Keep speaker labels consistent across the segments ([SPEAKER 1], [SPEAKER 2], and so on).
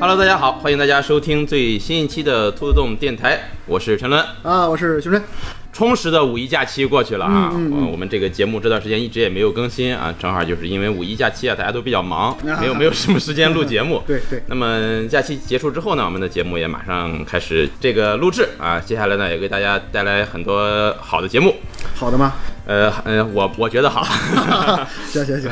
[SPEAKER 1] Hello，大家好，欢迎大家收听最新一期的兔子洞电台，我是陈伦。
[SPEAKER 2] 啊，我是熊真。
[SPEAKER 1] 充实的五一假期过去了啊，
[SPEAKER 2] 嗯嗯嗯
[SPEAKER 1] 我我们这个节目这段时间一直也没有更新啊，正好就是因为五一假期啊，大家都比较 忙，没有没有什么时间录节目。
[SPEAKER 2] 对对，
[SPEAKER 1] 那么假期结束之后呢，我们的节目也马上开始这个录制啊，接下来呢也给大家带来很多好的节目，
[SPEAKER 2] 好的吗？
[SPEAKER 1] 呃呃，我我觉得 好。
[SPEAKER 2] 行行行，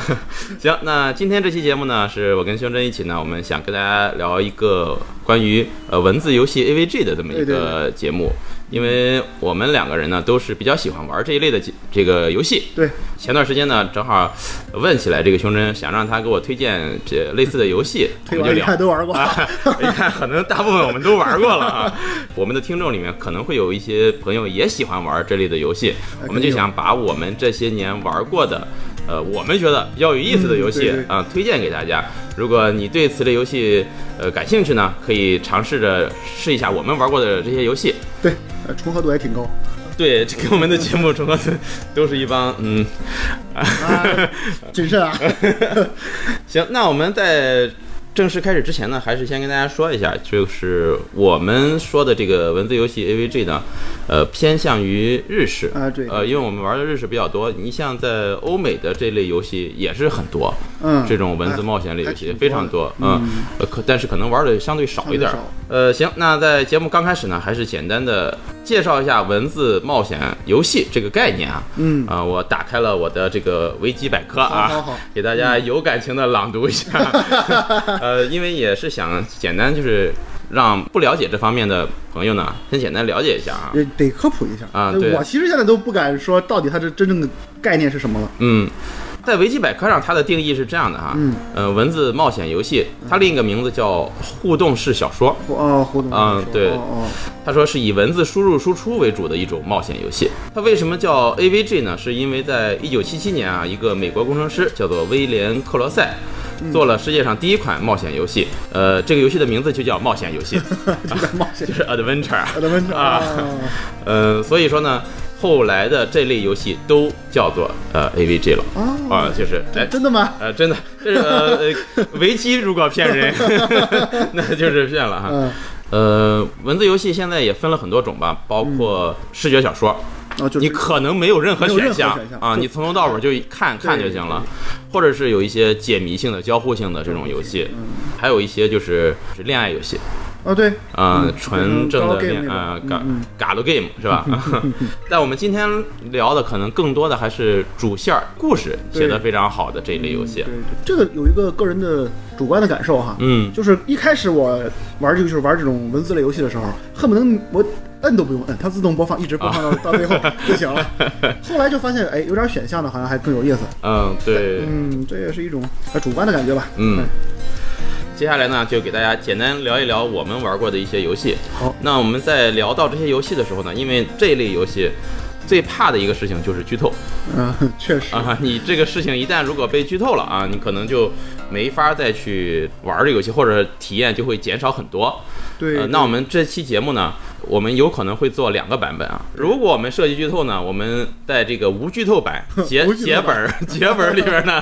[SPEAKER 1] 行，那今天这期节目呢，是我跟胸针一起呢，我们想跟大家聊一个关于呃文字游戏 AVG 的这么一
[SPEAKER 2] 对对
[SPEAKER 1] 个节目，因为我们两个人呢都是比较喜欢玩这一类的这这个游戏。
[SPEAKER 2] 对，
[SPEAKER 1] 前段时间呢，正好问起来这个胸针，想让他给我推荐这类似的游戏，我
[SPEAKER 2] 推
[SPEAKER 1] 们
[SPEAKER 2] 玩
[SPEAKER 1] 就
[SPEAKER 2] 一
[SPEAKER 1] 聊
[SPEAKER 2] 看。都玩过。
[SPEAKER 1] 啊， 你看，可能大部分我们都玩过了啊。我们的听众里面可能会有一些朋友也喜欢玩这类的游戏，
[SPEAKER 2] 哎
[SPEAKER 1] 我们就想把我们这些年玩过的，呃，我们觉得比较有意思的游戏
[SPEAKER 2] 嗯对对
[SPEAKER 1] 啊、推荐给大家。如果你对此类游戏呃感兴趣呢，可以尝试着试一下我们玩过的这些游戏。
[SPEAKER 2] 对，呃，重合度也挺高。
[SPEAKER 1] 对，这跟我们的节目重合的都是一帮嗯
[SPEAKER 2] 啊， 谨慎啊。
[SPEAKER 1] 行，那我们在正式开始之前呢，还是先跟大家说一下，就是我们说的这个文字游戏 AVG 呢，呃，偏向于日式
[SPEAKER 2] 啊对
[SPEAKER 1] 呃，因为我们玩的日式比较多，你像在欧美的这类游戏也是很多，
[SPEAKER 2] 嗯，
[SPEAKER 1] 这种文字冒险类游
[SPEAKER 2] 还
[SPEAKER 1] 戏
[SPEAKER 2] 挺
[SPEAKER 1] 非常多，嗯，呃可但是可能玩的相对少一点儿
[SPEAKER 2] 相对少。
[SPEAKER 1] 呃，行，那在节目刚开始呢，还是简单的介绍一下文字冒险游戏这个概念啊。
[SPEAKER 2] 嗯
[SPEAKER 1] 啊、我打开了我的这个维基百科啊，
[SPEAKER 2] 好好好
[SPEAKER 1] 给大家有感情的朗读 一下。呃，因为也是想简单就是让不了解这方面的朋友呢，先简单了解一下啊。
[SPEAKER 2] 得得科普一下
[SPEAKER 1] 啊对
[SPEAKER 2] 我其实现在都不敢说到底它这真正的概念是什么了。
[SPEAKER 1] 嗯，在维基百科上，它的定义是这样的哈、
[SPEAKER 2] 嗯，
[SPEAKER 1] 呃，文字冒险游戏，它另一个名字叫互动式小说。
[SPEAKER 2] 胡哦，胡总
[SPEAKER 1] 啊
[SPEAKER 2] 说
[SPEAKER 1] 对
[SPEAKER 2] 哦
[SPEAKER 1] 他说是以文字输入输出为主的一种冒险游戏。它为什么叫 AVG 呢？是因为在1977年啊，一个美国工程师叫做威廉克罗塞。
[SPEAKER 2] 嗯
[SPEAKER 1] 做了世界上第一款冒险游戏，呃，这个游戏的名字就叫冒险游戏，
[SPEAKER 2] 哦，就在冒险
[SPEAKER 1] 就是 adventure。
[SPEAKER 2] 我的文章
[SPEAKER 1] 啊呃，所以说呢，后来的这类游戏都叫做呃 AVG 了啊、
[SPEAKER 2] 哦，
[SPEAKER 1] 就是来
[SPEAKER 2] 真的吗？
[SPEAKER 1] 呃，真的，这是呃，呃维基如果骗人， 那就是骗了哈。
[SPEAKER 2] 嗯，
[SPEAKER 1] 呃，文字游戏现在也分了很多种吧，包括视觉小说，
[SPEAKER 2] 哦，就是
[SPEAKER 1] 你可能没有任何
[SPEAKER 2] 没有任
[SPEAKER 1] 选
[SPEAKER 2] 何
[SPEAKER 1] 项
[SPEAKER 2] 选项
[SPEAKER 1] 啊，
[SPEAKER 2] 就
[SPEAKER 1] 你从头到尾就看看就行了，或者是有一些解谜性的、交互性的这种游戏，
[SPEAKER 2] 嗯
[SPEAKER 1] 还有一些就是是恋爱游戏。
[SPEAKER 2] 哦，对，
[SPEAKER 1] 啊，
[SPEAKER 2] 嗯
[SPEAKER 1] 纯正的
[SPEAKER 2] 就是
[SPEAKER 1] 恋
[SPEAKER 2] Galgame
[SPEAKER 1] 啊，
[SPEAKER 2] 那种
[SPEAKER 1] 嘎
[SPEAKER 2] 嗯
[SPEAKER 1] 嘎鲁 game 是 吧？但我们今天聊的可能更多的还是主线儿故事写的
[SPEAKER 2] 对
[SPEAKER 1] 非常好的这一类游戏
[SPEAKER 2] 对。对，这个有一个个人的主观的感受哈，
[SPEAKER 1] 嗯
[SPEAKER 2] 就是一开始我玩这个就是玩这种文字类游戏的时候，恨不能我摁都不用摁，它自动播放，一直播放到、到最后就行 了。后来就发现，哎，有点选项的，好像还更有意思。
[SPEAKER 1] 嗯，对，
[SPEAKER 2] 嗯，这也是一种呃主观的感觉吧。
[SPEAKER 1] 嗯。接下来呢，就给大家简单聊一聊我们玩过的一些游戏。
[SPEAKER 2] 好，
[SPEAKER 1] 那我们在聊到这些游戏的时候呢，因为这类游戏最怕的一个事情就是剧透
[SPEAKER 2] 嗯，确实，
[SPEAKER 1] 啊！ 你这个事情一旦如果被剧透了啊，你可能就没法再去玩这个游戏，或者体验就会减少很多。
[SPEAKER 2] 对。
[SPEAKER 1] 呃，那我们这期节目呢，我们有可能会做两个版本啊。如果我们设计剧透呢，我们在这个无剧透 版节
[SPEAKER 2] 无剧透版
[SPEAKER 1] 节本儿节本儿里 边 呢，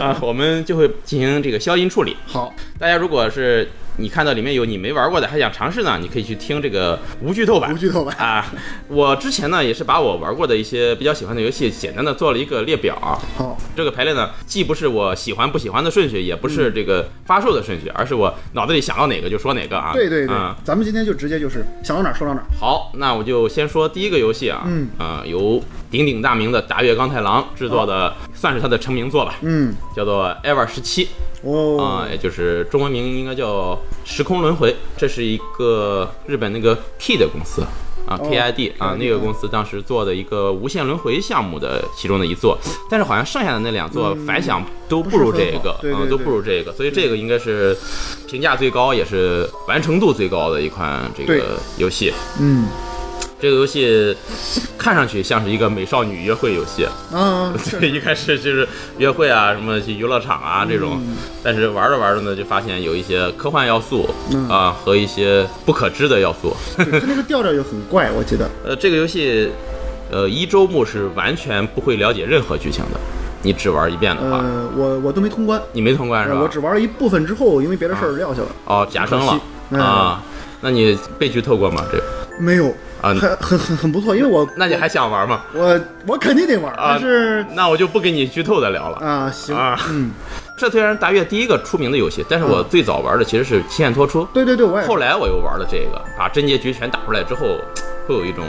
[SPEAKER 1] 啊，我们就会进行这个消音处理。
[SPEAKER 2] 好，
[SPEAKER 1] 大家如果是你看到里面有你没玩过的，还想尝试呢，你可以去听这个无剧透版
[SPEAKER 2] 无。剧透吧。
[SPEAKER 1] 啊，我之前呢也是把我玩过的一些比较喜欢的游戏，简单的做了一个列表啊、
[SPEAKER 2] 好，
[SPEAKER 1] 这个排列呢，既不是我喜欢不喜欢的顺序，也不
[SPEAKER 2] 嗯
[SPEAKER 1] 是这个发售的顺序，而是我脑子里想到哪个就说哪个啊。
[SPEAKER 2] 对对对，
[SPEAKER 1] 嗯
[SPEAKER 2] 咱们今天就直接就是想到哪儿说到哪儿。
[SPEAKER 1] 好，那我就先说第一个游戏啊，
[SPEAKER 2] 嗯
[SPEAKER 1] 啊、由鼎鼎大名的达月刚太郎制作的，算是他的成名作吧，
[SPEAKER 2] 嗯，
[SPEAKER 1] 叫做《EVA 十七》啊
[SPEAKER 2] 哦，，
[SPEAKER 1] 也就是中文名应该叫《时空轮回》，这是一个日本那个 K 的公司。啊
[SPEAKER 2] 哦
[SPEAKER 1] ，KID 啊，
[SPEAKER 2] KID
[SPEAKER 1] 那个公司当时做的一个无限轮回项目的其中的一座，但是好像剩下的那两座反响都不如
[SPEAKER 2] 嗯不是
[SPEAKER 1] 这
[SPEAKER 2] 很好
[SPEAKER 1] 个，嗯，
[SPEAKER 2] 对对
[SPEAKER 1] 都
[SPEAKER 2] 对
[SPEAKER 1] 不如这个，所以这个应该是评价最高，也是完成度最高的一款这
[SPEAKER 2] 对
[SPEAKER 1] 个游戏。
[SPEAKER 2] 嗯
[SPEAKER 1] 这个游戏看上去像是一个美少女约会游戏，
[SPEAKER 2] 啊，
[SPEAKER 1] 对，一开始就是约会啊，什么去游乐场啊这种，但是玩着玩着呢，就发现有一些科幻要素
[SPEAKER 2] 嗯
[SPEAKER 1] 啊、和一些不可知的要素。
[SPEAKER 2] 对它那个调调也很怪，我记得。
[SPEAKER 1] 呃，这个游戏，呃，一周目是完全不会了解任何剧情的。你只玩一遍的话，
[SPEAKER 2] 呃，我我都没通关，
[SPEAKER 1] 你没通关是
[SPEAKER 2] 呃我
[SPEAKER 1] 吧？
[SPEAKER 2] 只玩了一部分之后，因为别的事儿撂下了。
[SPEAKER 1] 哦，假生
[SPEAKER 2] 可惜嗯
[SPEAKER 1] 了啊，那你被剧透过吗？这个
[SPEAKER 2] 没有，
[SPEAKER 1] 啊
[SPEAKER 2] 很很很很不错，因为我
[SPEAKER 1] 那你还想玩吗？
[SPEAKER 2] 我我肯定得玩，
[SPEAKER 1] 啊
[SPEAKER 2] 但是
[SPEAKER 1] 那我就不给你剧透的聊了。
[SPEAKER 2] 啊行，
[SPEAKER 1] 啊
[SPEAKER 2] 嗯，
[SPEAKER 1] 这虽然大跃第一个出名的游戏，但是我最早玩的其实是《极限脱出》，
[SPEAKER 2] 对对对， 我也
[SPEAKER 1] 后来我又玩了这个，把真结局全打出来之后，会有一种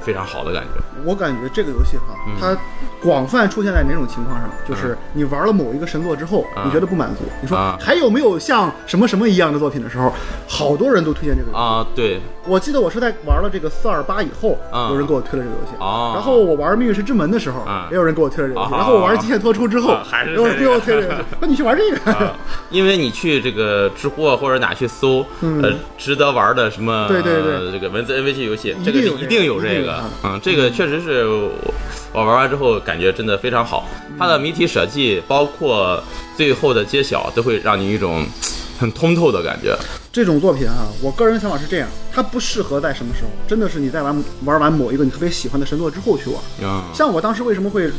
[SPEAKER 1] 非常好的感觉。
[SPEAKER 2] 我感觉这个游戏哈，
[SPEAKER 1] 嗯
[SPEAKER 2] 它广泛出现在哪种情况上？就是你玩了某一个神作之后，
[SPEAKER 1] 啊
[SPEAKER 2] 你觉得不满足，你说
[SPEAKER 1] 啊
[SPEAKER 2] 还有没有像什么什么一样的作品的时候，好多人都推荐这个游戏。
[SPEAKER 1] 啊，对，
[SPEAKER 2] 我记得我是在玩了这个四二八以后
[SPEAKER 1] 啊，
[SPEAKER 2] 有人给我推了这个游戏。
[SPEAKER 1] 哦
[SPEAKER 2] 然后我玩命运石之门的时候
[SPEAKER 1] 啊，
[SPEAKER 2] 也有人给我推了这个游戏。
[SPEAKER 1] 啊
[SPEAKER 2] 然后我玩极限脱出之后
[SPEAKER 1] 啊，还是
[SPEAKER 2] 有人给我推了这 个游戏。那你去玩这
[SPEAKER 1] 啊
[SPEAKER 2] 个？
[SPEAKER 1] 因为你去这个知乎啊或者哪去搜，呃，值得玩的什么
[SPEAKER 2] 嗯对对对
[SPEAKER 1] 这个文字 NVG 游戏，
[SPEAKER 2] 一定
[SPEAKER 1] 这个是
[SPEAKER 2] 有这个
[SPEAKER 1] 一定有
[SPEAKER 2] 一
[SPEAKER 1] 这
[SPEAKER 2] 定有
[SPEAKER 1] 个
[SPEAKER 2] 啊，
[SPEAKER 1] 嗯，这个确实是我我玩完之后感觉真的非常好，
[SPEAKER 2] 嗯
[SPEAKER 1] 它的谜题设计包括最后的揭晓，都会让你有一种很通透的感觉。
[SPEAKER 2] 这种作品啊，我个人想法是这样，它不适合在什么时候？真的是你在玩玩完某一个你特别喜欢的神作之后去玩。
[SPEAKER 1] 嗯
[SPEAKER 2] 像我当时为什么会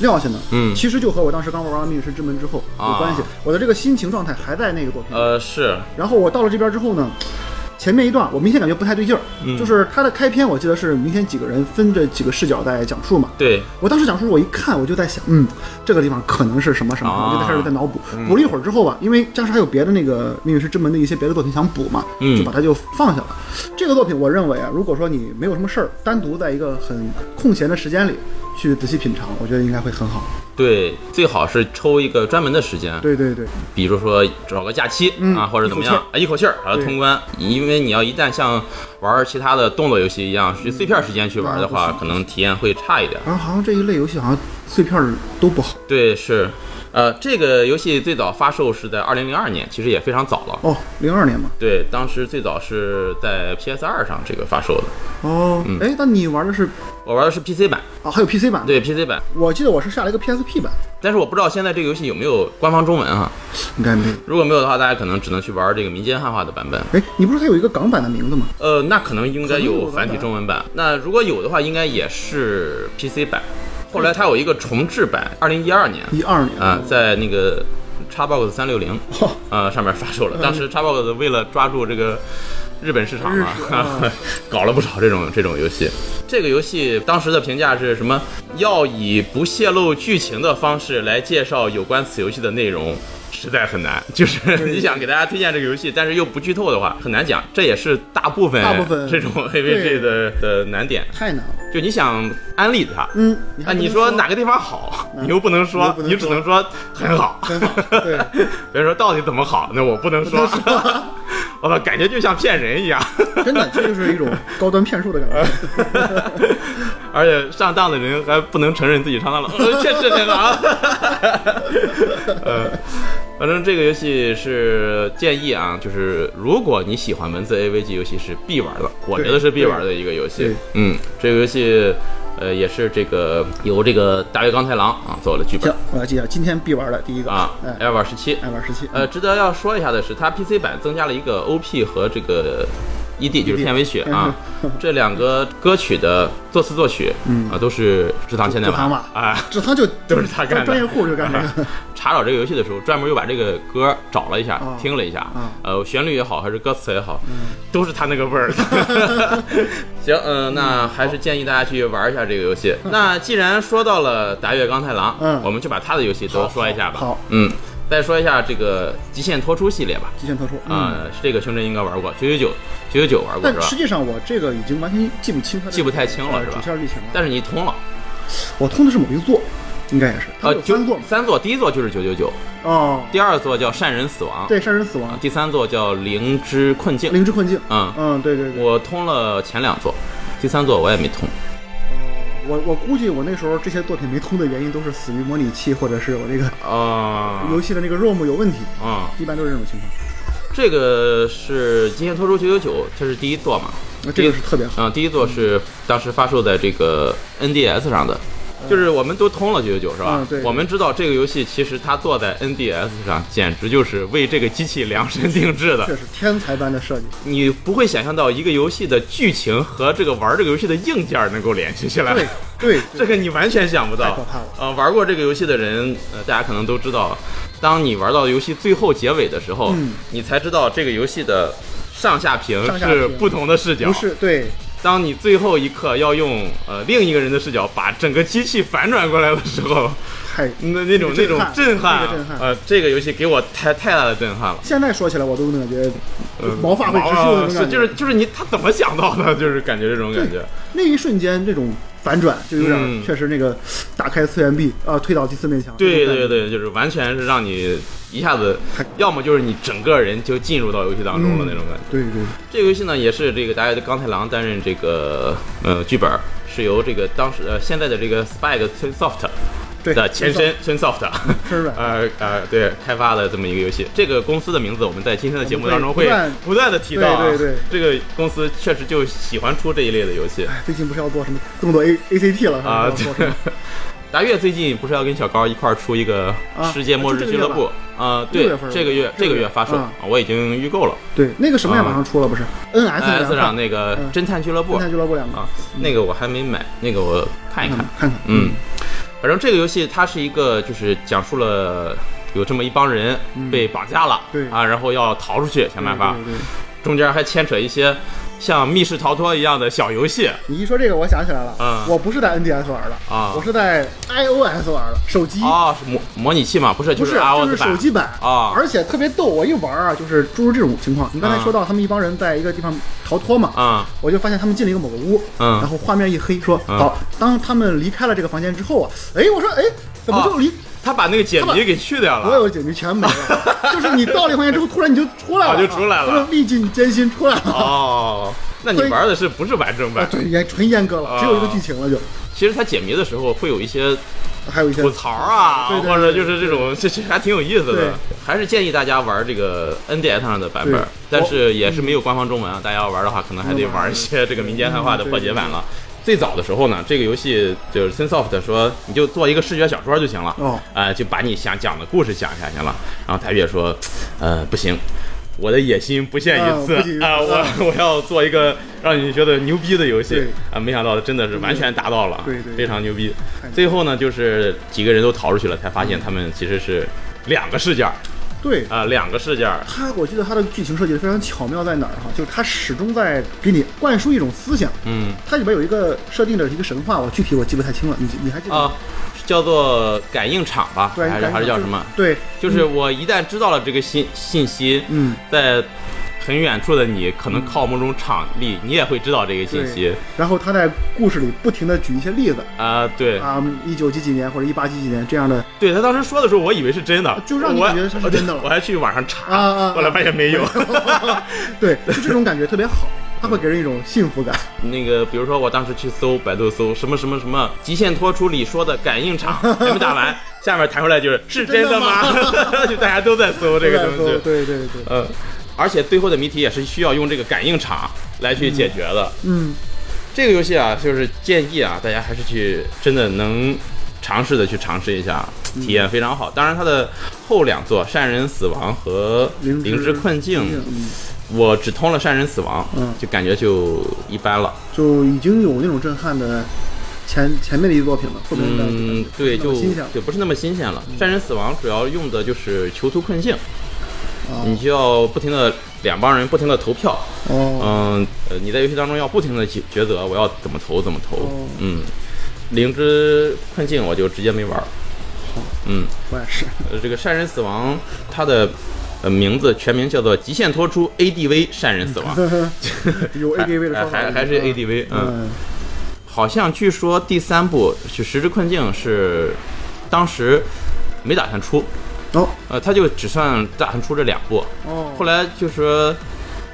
[SPEAKER 2] 撂下呢？
[SPEAKER 1] 嗯
[SPEAKER 2] 其实就和我当时刚玩完《命运石之门》之后有
[SPEAKER 1] 啊
[SPEAKER 2] 关系。我的这个心情状态还在那个作品里。
[SPEAKER 1] 呃，是，
[SPEAKER 2] 然后我到了这边之后呢，前面一段我明显感觉不太对劲儿，
[SPEAKER 1] 嗯
[SPEAKER 2] 就是它的开篇我记得是明显几个人分着几个视角在讲述嘛。
[SPEAKER 1] 对，
[SPEAKER 2] 我当时讲述，我一看我就在想，嗯，这个地方可能是什么什么，
[SPEAKER 1] 啊
[SPEAKER 2] 我就开始在脑补。补了一会儿之后吧，因为当时还有别的那个《命运石之门》的一些别的作品想补嘛，
[SPEAKER 1] 嗯
[SPEAKER 2] 就把它就放下了。这个作品我认为啊，如果说你没有什么事儿，单独在一个很空闲的时间里去仔细品尝，我觉得应该会很好。
[SPEAKER 1] 对，最好是抽一个专门的时间，
[SPEAKER 2] 对对对，
[SPEAKER 1] 比如说找个假期、
[SPEAKER 2] 嗯
[SPEAKER 1] 啊，或者怎么样啊，一口气儿把它
[SPEAKER 2] 对
[SPEAKER 1] 通关。因为你要一旦像玩其他的动作游戏一样，去碎片时间去玩的话，可能体验会差一点。
[SPEAKER 2] 然后好像这一类游戏好像碎片儿都不好
[SPEAKER 1] 对，是，呃，这个游戏最早发售是在二零零二年，其实也非常早了。
[SPEAKER 2] 哦，零二年嘛。
[SPEAKER 1] 对，当时最早是在 PS 二上这个发售的，
[SPEAKER 2] 哦，哎、那你玩的是
[SPEAKER 1] 我玩的是 PC 版，
[SPEAKER 2] 啊？还有 PC 版？，
[SPEAKER 1] 对 PC 版，
[SPEAKER 2] 我记得我是下了一个 PSP 版，
[SPEAKER 1] 但是我不知道现在这个游戏有没有官方中文啊。
[SPEAKER 2] 应该没有。
[SPEAKER 1] 如果没有的话，大家可能只能去玩这个民间汉化的版本。
[SPEAKER 2] 哎，你不是还有一个港版的名字吗？
[SPEAKER 1] 呃，那可能应该
[SPEAKER 2] 可能
[SPEAKER 1] 有
[SPEAKER 2] 有
[SPEAKER 1] 繁体
[SPEAKER 2] 版
[SPEAKER 1] 中文版。那如果有的话，应该也是 PC 版。后来它有一个重制版，二零一二年
[SPEAKER 2] 一二年
[SPEAKER 1] 啊、在那个 Xbox 三六零
[SPEAKER 2] 哦
[SPEAKER 1] 啊上面发售了。
[SPEAKER 2] 嗯
[SPEAKER 1] 当时 Xbox 为了抓住这个日本市场嘛
[SPEAKER 2] 日式啊，
[SPEAKER 1] 搞了不少这种这种游戏。这个游戏当时的评价是什么？要以不泄露剧情的方式来介绍有关此游戏的内容。实在很难， 就是你想给大家推荐这个游戏，但是又不剧透的话，很难讲。这也是大部分
[SPEAKER 2] 大部 分
[SPEAKER 1] 这种 AVG 的的难点。
[SPEAKER 2] 太难了。
[SPEAKER 1] 就你想安利它，
[SPEAKER 2] 嗯，
[SPEAKER 1] 啊，
[SPEAKER 2] 还不
[SPEAKER 1] 你
[SPEAKER 2] 能
[SPEAKER 1] 说哪个地方好，你又不能
[SPEAKER 2] 嗯你又
[SPEAKER 1] 说
[SPEAKER 2] 不，能
[SPEAKER 1] 你只能说很好。
[SPEAKER 2] 很好，对，
[SPEAKER 1] 别人说到底怎么好，那我不能说。 我操，感觉就像骗人一样。
[SPEAKER 2] 真的，这就是一种高端骗术的感 觉。
[SPEAKER 1] 而且上当的人还不能承认自己上当了，呃确实很好。呃，反正这个游戏是建议啊，就是如果你喜欢文字 AVG 游戏是必玩的，我觉得是必玩的一个游戏
[SPEAKER 2] 对。
[SPEAKER 1] 嗯，这个游戏呃也是这个由这个大卫刚太郎啊做了剧本
[SPEAKER 2] 行，我来记下，今天必玩的第一个
[SPEAKER 1] 啊
[SPEAKER 2] 哎，
[SPEAKER 1] ，L 玩十七。
[SPEAKER 2] 爱玩十七，
[SPEAKER 1] 呃，值得要说一下的是，它 PC 版增加了一个 OP 和这个
[SPEAKER 2] E
[SPEAKER 1] ED，就是片尾曲啊，
[SPEAKER 2] 嗯
[SPEAKER 1] 这两个歌曲的作词作曲，啊，都是制糖千代
[SPEAKER 2] 制糖
[SPEAKER 1] 马
[SPEAKER 2] 嘛
[SPEAKER 1] 啊。
[SPEAKER 2] 这他就
[SPEAKER 1] 都是他干的
[SPEAKER 2] 专业户就干这 个。
[SPEAKER 1] 查找这个游戏的时候，专门又把这个歌找了一下，
[SPEAKER 2] 啊
[SPEAKER 1] 听了一下，
[SPEAKER 2] 啊
[SPEAKER 1] 呃，旋律也好，还是歌词也好，
[SPEAKER 2] 嗯
[SPEAKER 1] 都是他那个味儿。 行，嗯、那还是建议大家去玩一下这个游戏。那既然说到了达月刚太郎，
[SPEAKER 2] 嗯
[SPEAKER 1] 我们就把他的游戏都说一下吧。
[SPEAKER 2] 好好
[SPEAKER 1] 嗯，再说一下这个极限脱出系列吧。
[SPEAKER 2] 极限特殊，嗯，
[SPEAKER 1] 啊、这个胸针应该玩过，九九九，九九九玩过
[SPEAKER 2] 但
[SPEAKER 1] 是
[SPEAKER 2] 实
[SPEAKER 1] 吧？
[SPEAKER 2] 际上我这个已经完全记不清它的
[SPEAKER 1] 记不太清了
[SPEAKER 2] 呃
[SPEAKER 1] 是吧
[SPEAKER 2] 主线剧情了。
[SPEAKER 1] 但是你通了，
[SPEAKER 2] 我通的是某一座，应该也是，它
[SPEAKER 1] 呃，
[SPEAKER 2] 有
[SPEAKER 1] 九
[SPEAKER 2] 三座嘛。
[SPEAKER 1] 三座，第一座就是九九九，
[SPEAKER 2] 哦，
[SPEAKER 1] 第二座叫善人死亡，
[SPEAKER 2] 对，杀人死亡，
[SPEAKER 1] 第三座叫灵之困境。
[SPEAKER 2] 灵之困境。
[SPEAKER 1] 嗯，
[SPEAKER 2] 嗯，对对对，
[SPEAKER 1] 我通了前两座，第三座我也没通。
[SPEAKER 2] 我我估计我那时候这些作品没通的原因都是死于模拟器或者是我这个
[SPEAKER 1] 啊
[SPEAKER 2] 游戏的那个 ROM 有问题，
[SPEAKER 1] 啊，
[SPEAKER 2] 一般都是这种情况。
[SPEAKER 1] 这个是《极限脱出九九九》，这是第一座嘛？
[SPEAKER 2] 那这个是特别好。
[SPEAKER 1] 啊，第一座是当时发售在这个 NDS 上的，就是我们都通了九九九是吧？
[SPEAKER 2] 嗯对
[SPEAKER 1] 我们知道这个游戏其实它做在 NDS 上，简直就是为这个机器量身定制的。
[SPEAKER 2] 确实天才般的设计。
[SPEAKER 1] 你不会想象到一个游戏的剧情和这个玩这个游戏的硬件能够联系起来。
[SPEAKER 2] 对对，
[SPEAKER 1] 这个你完全想不到，
[SPEAKER 2] 太可怕了
[SPEAKER 1] 呃，玩过这个游戏的人，呃，大家可能都知道，当你玩到游戏最后结尾的时候，
[SPEAKER 2] 嗯
[SPEAKER 1] 你才知道这个游戏的上下屏
[SPEAKER 2] 上下
[SPEAKER 1] 是
[SPEAKER 2] 屏
[SPEAKER 1] 不同的视角。
[SPEAKER 2] 不是对，
[SPEAKER 1] 当你最后一刻要用呃另一个人的视角把整个机器反转过来的时候，
[SPEAKER 2] 太
[SPEAKER 1] 那那种 那
[SPEAKER 2] 那个震
[SPEAKER 1] 种
[SPEAKER 2] 撼
[SPEAKER 1] 震撼啊，
[SPEAKER 2] 那个震撼
[SPEAKER 1] 呃，这个游戏给我太太大的震撼了。
[SPEAKER 2] 现在说起来我都感觉
[SPEAKER 1] 呃
[SPEAKER 2] 毛发会直竖的那种
[SPEAKER 1] 是
[SPEAKER 2] 感觉
[SPEAKER 1] 就是就是你他怎么想到的？就是感觉这种感觉，
[SPEAKER 2] 那一瞬间这种反转就有点儿
[SPEAKER 1] 嗯
[SPEAKER 2] 确实那个打开次元壁啊，推倒第四面墙。
[SPEAKER 1] 对
[SPEAKER 2] 这种
[SPEAKER 1] 对
[SPEAKER 2] 感觉，
[SPEAKER 1] 对，就是完全是让你一下子
[SPEAKER 2] 太，
[SPEAKER 1] 要么就是你整个人就进入到游戏当中了那种感觉。
[SPEAKER 2] 对对
[SPEAKER 1] 这个游戏呢，也是这个大家的钢太郎担任这个呃剧本儿，是由这个当时呃现在的这个 Spike Sunsoft
[SPEAKER 2] 对
[SPEAKER 1] 的前身 Sunsoft
[SPEAKER 2] 吃 软。
[SPEAKER 1] 呃呃对开发的这么一个游戏。这个公司的名字我们在今天的节目当中会
[SPEAKER 2] 我们
[SPEAKER 1] 不断的提到啊，
[SPEAKER 2] 对对对
[SPEAKER 1] 这个公司确实就喜欢出这一类的游戏。
[SPEAKER 2] 最近不是要做什么这么多 A A C T 了
[SPEAKER 1] 啊
[SPEAKER 2] 要做什么
[SPEAKER 1] 达月最近不是要跟小高一块儿出一个
[SPEAKER 2] 啊
[SPEAKER 1] 世界末日俱乐部啊？
[SPEAKER 2] 这个
[SPEAKER 1] 对
[SPEAKER 2] 月吧六月份，儿
[SPEAKER 1] 这个月
[SPEAKER 2] 这
[SPEAKER 1] 这
[SPEAKER 2] 个
[SPEAKER 1] 个
[SPEAKER 2] 月
[SPEAKER 1] 月发售，
[SPEAKER 2] 啊
[SPEAKER 1] 啊我已经预购了。
[SPEAKER 2] 对，那个什么
[SPEAKER 1] 啊
[SPEAKER 2] 也马上出了，不是 N S
[SPEAKER 1] NS 上
[SPEAKER 2] 两个
[SPEAKER 1] 那个
[SPEAKER 2] 嗯
[SPEAKER 1] 侦探俱乐部
[SPEAKER 2] 侦探俱乐部两个，
[SPEAKER 1] 啊，那个我还没买，那个我看一
[SPEAKER 2] 看
[SPEAKER 1] 看
[SPEAKER 2] 看。看看，
[SPEAKER 1] 嗯，反正这个游戏它是一个就是讲述了。有这么一帮人被绑架了，
[SPEAKER 2] 嗯对
[SPEAKER 1] 啊，然后要逃出去，想办法
[SPEAKER 2] 对。对对
[SPEAKER 1] 中间还牵扯一些像密室逃脱一样的小游戏
[SPEAKER 2] 你一说这个，我想起来了，
[SPEAKER 1] 嗯
[SPEAKER 2] 我不是在 NDS 玩的，
[SPEAKER 1] 啊
[SPEAKER 2] 我是在 iOS 玩的，手机。
[SPEAKER 1] 哦，是模模拟器嘛，不是，
[SPEAKER 2] 不，
[SPEAKER 1] 就是
[SPEAKER 2] 就是
[SPEAKER 1] iOS 版
[SPEAKER 2] 手机版
[SPEAKER 1] 啊
[SPEAKER 2] 而且特别逗。我一玩啊，就是诸如这种情况。你刚才
[SPEAKER 1] 啊
[SPEAKER 2] 说到他们一帮人在一个地方逃脱嘛，
[SPEAKER 1] 啊，
[SPEAKER 2] 我就发现他们进了一个某个屋，
[SPEAKER 1] 嗯
[SPEAKER 2] 然后画面一黑，说
[SPEAKER 1] 嗯
[SPEAKER 2] 好，当他们离开了这个房间之后啊，哎，我说哎，怎
[SPEAKER 1] 啊
[SPEAKER 2] 么就离？
[SPEAKER 1] 他把那个解
[SPEAKER 2] 他把
[SPEAKER 1] 谜给去掉了，
[SPEAKER 2] 所有的警局全没了，就是你到了一个房间之后，突然你就出来了，
[SPEAKER 1] 啊就出来了
[SPEAKER 2] 就是历尽艰辛出来了。
[SPEAKER 1] 哦，那你玩的是不是完整
[SPEAKER 2] 啊
[SPEAKER 1] 版，？
[SPEAKER 2] 对，也纯阉割了，
[SPEAKER 1] 啊
[SPEAKER 2] 只有一个剧情了就，
[SPEAKER 1] 其实它解谜的时候会有一些
[SPEAKER 2] 还有一些
[SPEAKER 1] 吐槽啊，
[SPEAKER 2] 对对对
[SPEAKER 1] 或者就是这种，这这还挺有意思
[SPEAKER 2] 对
[SPEAKER 1] 的。还是建议大家玩这个 NDS 上的版
[SPEAKER 2] 对
[SPEAKER 1] 本，但是也是没有官方中文啊。大家要玩的话，可能还得玩一些这个民间汉化的破解版了。最早的时候呢，这个游戏就是 Sunsoft 说，你就做一个视觉小说就行了，
[SPEAKER 2] 哦
[SPEAKER 1] 呃，就把你想讲的故事讲一下行了。然后台月说，呃，不行。我的野心不限于此
[SPEAKER 2] 啊不仅于此
[SPEAKER 1] 啊！我
[SPEAKER 2] 啊
[SPEAKER 1] 我要做一个让你觉得牛逼的游戏
[SPEAKER 2] 对
[SPEAKER 1] 啊！没想到真的是完全达到了，
[SPEAKER 2] 对对
[SPEAKER 1] 非常牛逼
[SPEAKER 2] 太牛了。
[SPEAKER 1] 最后呢，就是几个人都逃出去了，才发现他们其实是两个视角
[SPEAKER 2] 对。
[SPEAKER 1] 啊、两个视角。
[SPEAKER 2] 他，我记得他的剧情设计得非常巧妙在哪儿哈，就是他始终在给你灌输一种思想。
[SPEAKER 1] 嗯
[SPEAKER 2] 它里边有一个设定的一个神话，我具体我记不太清了，你你还记得吗？
[SPEAKER 1] 啊，叫做感应场吧，
[SPEAKER 2] 对，
[SPEAKER 1] 还是
[SPEAKER 2] 感觉
[SPEAKER 1] 还是叫什么？？
[SPEAKER 2] 对，
[SPEAKER 1] 就是我一旦知道了这个信信息，
[SPEAKER 2] 嗯，
[SPEAKER 1] 在很远处的你，可能靠某种场力，
[SPEAKER 2] 嗯
[SPEAKER 1] 你也会知道这个信息
[SPEAKER 2] 对。然后他在故事里不停的举一些例子
[SPEAKER 1] 啊、对，
[SPEAKER 2] 啊，一九几几年或者一八几几年这样的，
[SPEAKER 1] 对他当时说的时候，我以为是真的，
[SPEAKER 2] 就让你
[SPEAKER 1] 我
[SPEAKER 2] 感觉它是真的了
[SPEAKER 1] 我还去网上查，
[SPEAKER 2] 啊啊啊
[SPEAKER 1] 后来发现 没有。
[SPEAKER 2] 对，就这种感觉特别好，
[SPEAKER 1] 嗯
[SPEAKER 2] 它会给人一种幸 福感。
[SPEAKER 1] 那个，比如说我当时去搜百度搜什么什么什么《极限脱出》里说的感应场 还没打完，下面弹出来就是是真的吗？ 就大家都在搜这个东
[SPEAKER 2] 对
[SPEAKER 1] 西，
[SPEAKER 2] 对对对，
[SPEAKER 1] 呃，而且最后的谜题也是需要用这个感应场来去解决的。
[SPEAKER 2] 嗯，
[SPEAKER 1] 这个游戏啊，就是建议啊，大家还是去真的能尝试的去尝试一下，体验非常好。当然，它的后两座《善人死亡》和
[SPEAKER 2] 灵
[SPEAKER 1] 《灵之困境》，
[SPEAKER 2] 嗯
[SPEAKER 1] 我只通了《善人死亡》，
[SPEAKER 2] 嗯
[SPEAKER 1] 就感觉就一般了。
[SPEAKER 2] 就已经有那种震撼的前前面的一个作品了，后面的
[SPEAKER 1] 嗯，对，
[SPEAKER 2] 那
[SPEAKER 1] 就
[SPEAKER 2] 么新鲜了嗯
[SPEAKER 1] 就不是那么新鲜了。战神死亡主要用的就是囚徒困境，
[SPEAKER 2] 啊
[SPEAKER 1] 你就要不停的两帮人不停的投票，
[SPEAKER 2] 哦，
[SPEAKER 1] 嗯，呃，你在游戏当中要不停的抉择，我要怎么投怎么投
[SPEAKER 2] 哦，
[SPEAKER 1] 嗯，灵之困境我就直接没玩儿
[SPEAKER 2] 好，
[SPEAKER 1] 嗯，
[SPEAKER 2] 我也 是，
[SPEAKER 1] 呃，这个善人死亡它的。呃，名字全名叫做《极限脱出 ADV 善人死亡》
[SPEAKER 2] 有嗯 A K V 的
[SPEAKER 1] 哎
[SPEAKER 2] 说法
[SPEAKER 1] 还还是 ADV，嗯，
[SPEAKER 2] 嗯，
[SPEAKER 1] 好像据说第三部就《十之困境》是当时没打算出，
[SPEAKER 2] 哦
[SPEAKER 1] 呃，他就只算打算出这两部，
[SPEAKER 2] 哦，
[SPEAKER 1] 后来就说，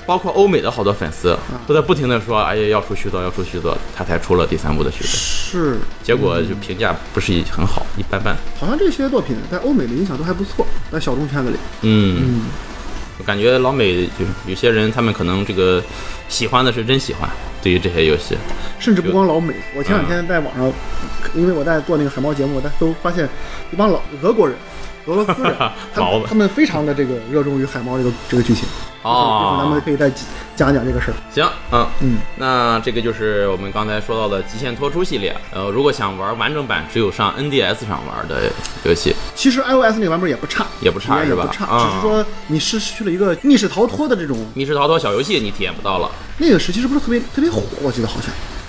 [SPEAKER 1] 包括欧美的好多粉丝
[SPEAKER 2] 嗯
[SPEAKER 1] 都在不停的说，哎呀，要出续作，要出续作，他才出了第三部的续作，
[SPEAKER 2] 是嗯
[SPEAKER 1] 结果就评价不是很好，一般般。
[SPEAKER 2] 好像这些作品在欧美的影响都还不错，在小众圈子里。
[SPEAKER 1] 嗯，
[SPEAKER 2] 嗯，
[SPEAKER 1] 我感觉老美就有些人，他们可能这个喜欢的是真喜欢，对于这些游戏，
[SPEAKER 2] 甚至不光老美，我前两天在网上，因为我在做那个海猫节目，我在都发现一帮老俄国 人、俄罗斯人，他
[SPEAKER 1] 毛
[SPEAKER 2] 们
[SPEAKER 1] 子
[SPEAKER 2] 他们非常的这个热衷于海猫这个这个剧情。就是咱们
[SPEAKER 1] 哦，
[SPEAKER 2] 可以再讲讲这个事儿。
[SPEAKER 1] 行，嗯，
[SPEAKER 2] 嗯，
[SPEAKER 1] 那这个就是我们刚才说到的《极限脱出》系列。呃，如果想玩完整版，只有上 NDS 上玩的游戏，
[SPEAKER 2] 其实 iOS 那版本也不差，
[SPEAKER 1] 也不差
[SPEAKER 2] 体验
[SPEAKER 1] 是
[SPEAKER 2] 也
[SPEAKER 1] 吧
[SPEAKER 2] 不差，
[SPEAKER 1] 嗯
[SPEAKER 2] 只是说你失去了一个密室逃脱的这种
[SPEAKER 1] 密室逃脱小游戏你体验不到了。
[SPEAKER 2] 那个时期，是不是特别特别火？我记得好像。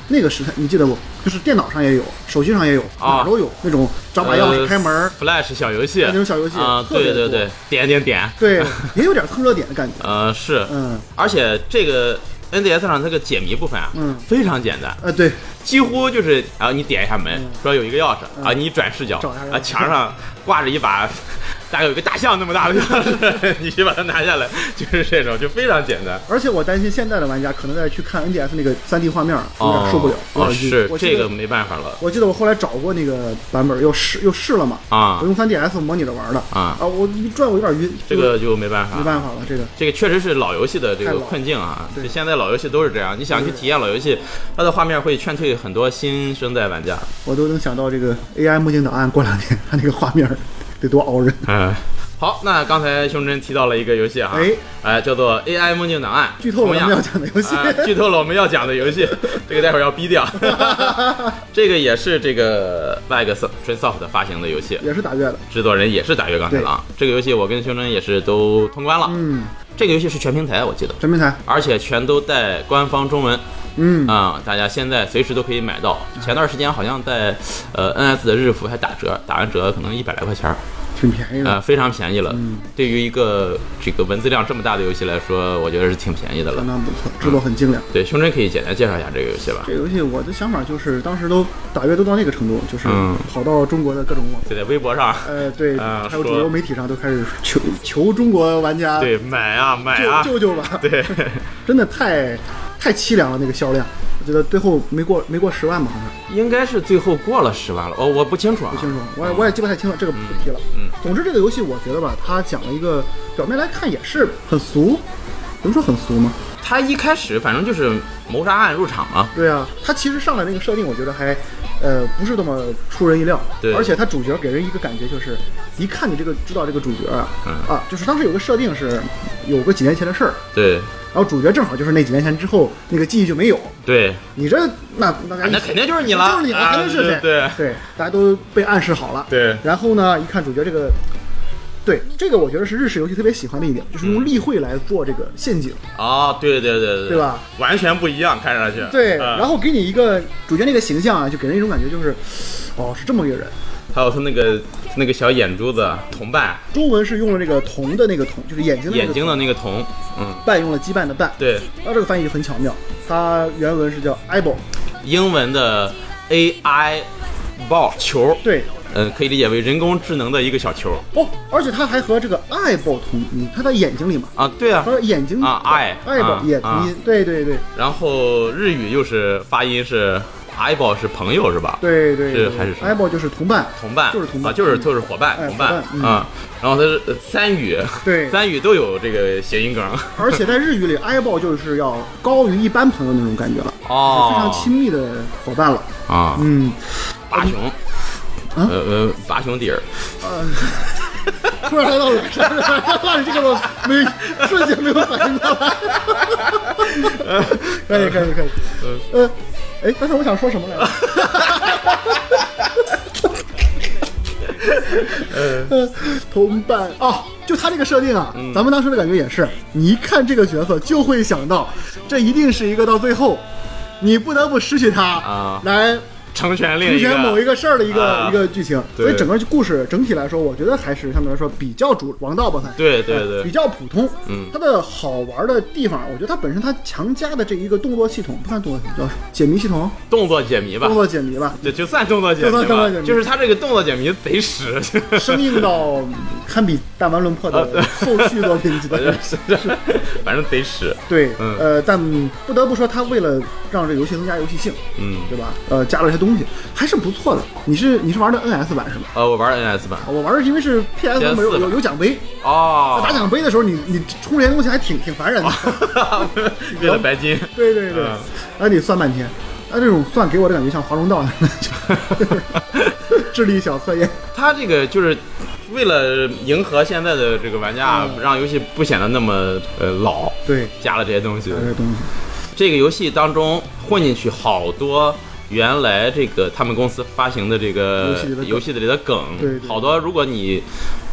[SPEAKER 2] 那个时代你记得不？就是电脑上也有，手机上也有，
[SPEAKER 1] 啊
[SPEAKER 2] 哪儿都有那种找把钥匙开门
[SPEAKER 1] 呃
[SPEAKER 2] 儿，
[SPEAKER 1] ，Flash 小游戏，
[SPEAKER 2] 那种小游戏
[SPEAKER 1] 啊，
[SPEAKER 2] 特别
[SPEAKER 1] 对对对，点点点，
[SPEAKER 2] 对，也有点蹭热点的感觉。
[SPEAKER 1] 呃，是，
[SPEAKER 2] 嗯，
[SPEAKER 1] 而且这个 NDS 上这个解谜部分啊，
[SPEAKER 2] 嗯
[SPEAKER 1] 非常简单，
[SPEAKER 2] 呃，对，
[SPEAKER 1] 几乎就是啊，你点一下门，说有一个钥匙
[SPEAKER 2] 嗯
[SPEAKER 1] 啊，你转视角
[SPEAKER 2] 找一下钥匙
[SPEAKER 1] 啊，墙上挂着一把。大概有一个大象那么大的钥匙， 你去把它拿下来，就是这种，就非常简单。
[SPEAKER 2] 而且我担心现在的玩家可能在去看 NDS 那个 3D 画面儿，有点受不了，有
[SPEAKER 1] 哦，
[SPEAKER 2] 点晕
[SPEAKER 1] 是
[SPEAKER 2] 我记
[SPEAKER 1] 这
[SPEAKER 2] 得
[SPEAKER 1] 个没办法了
[SPEAKER 2] 我记得我后来找过那个版本，又试又试了嘛，
[SPEAKER 1] 啊
[SPEAKER 2] 我用 3DS 模拟着玩的
[SPEAKER 1] 啊
[SPEAKER 2] 啊，我一转我有点晕，
[SPEAKER 1] 这个就没办法
[SPEAKER 2] 没办法了，这个
[SPEAKER 1] 这个确实是老游戏的这
[SPEAKER 2] 太
[SPEAKER 1] 个
[SPEAKER 2] 老了
[SPEAKER 1] 困境啊！
[SPEAKER 2] 对
[SPEAKER 1] 就现在老游戏都是这样，你想去体验老游戏，它的画面会劝退很多新生代玩家。
[SPEAKER 2] 我都能想到这个 AI 梦境档案过两天它那个画面儿得多熬人。
[SPEAKER 1] 嗯，好，那刚才胸针提到了一个游戏啊，
[SPEAKER 2] 哎，
[SPEAKER 1] 哎，叫做 AI 梦境档案，
[SPEAKER 2] 剧透了
[SPEAKER 1] 同
[SPEAKER 2] 我
[SPEAKER 1] 样
[SPEAKER 2] 们要讲的游戏，
[SPEAKER 1] 啊剧透了我们要讲的游 戏，这个待会儿要逼掉。这个也是这个 Vag Soft 发行的游戏，
[SPEAKER 2] 也是打月的，
[SPEAKER 1] 制作人也是大月钢铁狼。这个游戏我跟胸针也是都通关了，
[SPEAKER 2] 嗯，
[SPEAKER 1] 这个游戏是全平台，我记得。
[SPEAKER 2] 全平台，
[SPEAKER 1] 而且全都带官方中文，
[SPEAKER 2] 嗯，
[SPEAKER 1] 啊、大家现在随时都可以买到。前段时间好像在呃 NS 的日服还打折，打完折可能一百来块钱儿，
[SPEAKER 2] 挺便宜的。
[SPEAKER 1] 呃，非常便宜了。对于一个这个文字量这么大的游戏来说，我觉得是挺便宜的了
[SPEAKER 2] 相。当不错，制作很精良。
[SPEAKER 1] 对，胸针可以简单介绍一下这个游戏吧
[SPEAKER 2] 这。游戏我的想法就是，当时都打月都到那个程度，就是
[SPEAKER 1] 嗯
[SPEAKER 2] 跑到中国的各种网，
[SPEAKER 1] 对，在微博上，
[SPEAKER 2] 呃，对，
[SPEAKER 1] 啊
[SPEAKER 2] 还有
[SPEAKER 1] 说
[SPEAKER 2] 主流媒体上都开始求求中国玩 家
[SPEAKER 1] 对，买啊买啊，
[SPEAKER 2] 救救救吧，
[SPEAKER 1] 对，
[SPEAKER 2] 真的太太凄凉了那个销量，我觉得最后没过没过十万吧，好像
[SPEAKER 1] 应该是最后过了十万了，哦，我不清楚啊
[SPEAKER 2] 不。清楚，我也我也记不太清了，这个不提了。嗯，总之这个游戏我觉得吧，它讲了一个表面来看也是很俗，能说很俗吗？
[SPEAKER 1] 他一开始反正就是谋杀案入场嘛，
[SPEAKER 2] 对啊，它其实上来那个设定，我觉得还，呃，不是那么出人意料。
[SPEAKER 1] 对
[SPEAKER 2] 而且它主角给人一个感觉就是，一看你这个知道这个主角啊，
[SPEAKER 1] 嗯
[SPEAKER 2] 啊，就是当时有个设定是有个几年前的事儿，
[SPEAKER 1] 对
[SPEAKER 2] 然后主角正好就是那几年前之后那个记忆就没有。
[SPEAKER 1] 对，
[SPEAKER 2] 你这那那
[SPEAKER 1] 啊那肯定就是你了
[SPEAKER 2] 就是你了，
[SPEAKER 1] 啊
[SPEAKER 2] 肯定是
[SPEAKER 1] 对
[SPEAKER 2] 谁？
[SPEAKER 1] 对
[SPEAKER 2] 大家都被暗示好了。
[SPEAKER 1] 对
[SPEAKER 2] 然后呢，一看主角这个，对这个我觉得是日式游戏特别喜欢的一点，就是
[SPEAKER 1] 嗯
[SPEAKER 2] 用例会来做这个陷阱。
[SPEAKER 1] 哦，对对对对
[SPEAKER 2] 对吧？
[SPEAKER 1] 完全不一样，看上去。
[SPEAKER 2] 对，
[SPEAKER 1] 嗯
[SPEAKER 2] 然后给你一个主角那个形象啊，就给人一种感觉就是，哦，是这么一个人。
[SPEAKER 1] 还有他那个那个小眼珠子同伴，
[SPEAKER 2] 中文是用了这个瞳的那个瞳，就是眼睛的那个
[SPEAKER 1] 眼睛的
[SPEAKER 2] 瞳
[SPEAKER 1] 那个瞳，嗯，
[SPEAKER 2] 伴用了羁绊的伴。，
[SPEAKER 1] 对，
[SPEAKER 2] 然后这个翻译就很巧妙，它原文是叫 eyeball，
[SPEAKER 1] 英文的 AI 抱球，
[SPEAKER 2] 对，
[SPEAKER 1] 嗯，可以理解为人工智能的一个小球
[SPEAKER 2] 哦，而且它还和这个 eyeball 同音，它在眼睛里嘛，
[SPEAKER 1] 啊，对啊
[SPEAKER 2] 它。说眼睛
[SPEAKER 1] 啊，eye，啊
[SPEAKER 2] eyeball 也同音，对对对
[SPEAKER 1] 然后日语又是发音是 eyeball 是朋友是吧？
[SPEAKER 2] 对对
[SPEAKER 1] 是
[SPEAKER 2] 对
[SPEAKER 1] 还是什么
[SPEAKER 2] ，eyeball 就是同伴，
[SPEAKER 1] 同伴
[SPEAKER 2] 就是同伴
[SPEAKER 1] 啊，就是就是伙伴
[SPEAKER 2] 哎
[SPEAKER 1] 同伴
[SPEAKER 2] 伙伴嗯
[SPEAKER 1] 啊。然后它是呃三语，
[SPEAKER 2] 对
[SPEAKER 1] 三语都有这个谐音梗
[SPEAKER 2] 而且在日语里 eyeball 就是要高于一般朋友那种感觉了，
[SPEAKER 1] 哦
[SPEAKER 2] 非常亲密的伙伴了，
[SPEAKER 1] 啊。
[SPEAKER 2] 嗯。啊
[SPEAKER 1] 八熊，呃呃，八熊底儿，
[SPEAKER 2] 突然来到了，让你这个我没瞬间没有反应过来。 可以可以可以，呃，哎，刚才我想说什么来着？呃，同伴哦，就他这个设定啊，咱们当时的感觉也是，你一看这个角色就会想到，这一定是一个到最后，你不得不失去他
[SPEAKER 1] 啊
[SPEAKER 2] 来
[SPEAKER 1] 成全另
[SPEAKER 2] 之
[SPEAKER 1] 一个
[SPEAKER 2] 前某一个事儿的一个、
[SPEAKER 1] 啊
[SPEAKER 2] 一个剧情，
[SPEAKER 1] 对
[SPEAKER 2] 所以整个故事整体来说，我觉得还是相对来说比较主王道吧，算是
[SPEAKER 1] 对对对
[SPEAKER 2] 呃比较普通。
[SPEAKER 1] 嗯
[SPEAKER 2] 它的好玩的地方，我觉得它本身它强加的这一个动作系统，不算动作系统，叫解谜系统，
[SPEAKER 1] 动作解谜吧
[SPEAKER 2] 动，作解谜吧，
[SPEAKER 1] 就就算动作解
[SPEAKER 2] 就算
[SPEAKER 1] 谜
[SPEAKER 2] 动
[SPEAKER 1] 吧
[SPEAKER 2] 作解，谜
[SPEAKER 1] 就是他这个动作解谜贼 实，
[SPEAKER 2] 生硬到堪比弹丸论破
[SPEAKER 1] 啊
[SPEAKER 2] 的后续作 品级的。
[SPEAKER 1] 反正贼实。
[SPEAKER 2] 对，
[SPEAKER 1] 嗯
[SPEAKER 2] 呃，但不得不说，它为了让这游戏增加游戏性，
[SPEAKER 1] 嗯，
[SPEAKER 2] 对吧？呃，加了一些东东西，还是不错的。你是你是玩的 NS 版是吧？
[SPEAKER 1] 呃，我玩 NS 版
[SPEAKER 2] 我玩的是因为是 PS 版
[SPEAKER 1] PS4
[SPEAKER 2] 有有
[SPEAKER 1] 版
[SPEAKER 2] 有奖杯，
[SPEAKER 1] 哦
[SPEAKER 2] 在，打奖杯的时候你你充这些东西还挺挺烦人 的。
[SPEAKER 1] 为了白金，
[SPEAKER 2] 对对对，
[SPEAKER 1] 嗯
[SPEAKER 2] 那得算半天。那这种算给我的感觉像华容道那 种，智力小测验。
[SPEAKER 1] 他这个就是为了迎合现在的这个玩家，
[SPEAKER 2] 嗯
[SPEAKER 1] 让游戏不显得那么呃老，
[SPEAKER 2] 对，
[SPEAKER 1] 加了这些东西
[SPEAKER 2] 这。些东西。
[SPEAKER 1] 这个游戏当中混进去好多原来这个他们公司发行的这个
[SPEAKER 2] 游戏里的梗
[SPEAKER 1] 游戏里的梗，
[SPEAKER 2] 对对
[SPEAKER 1] 好多如果你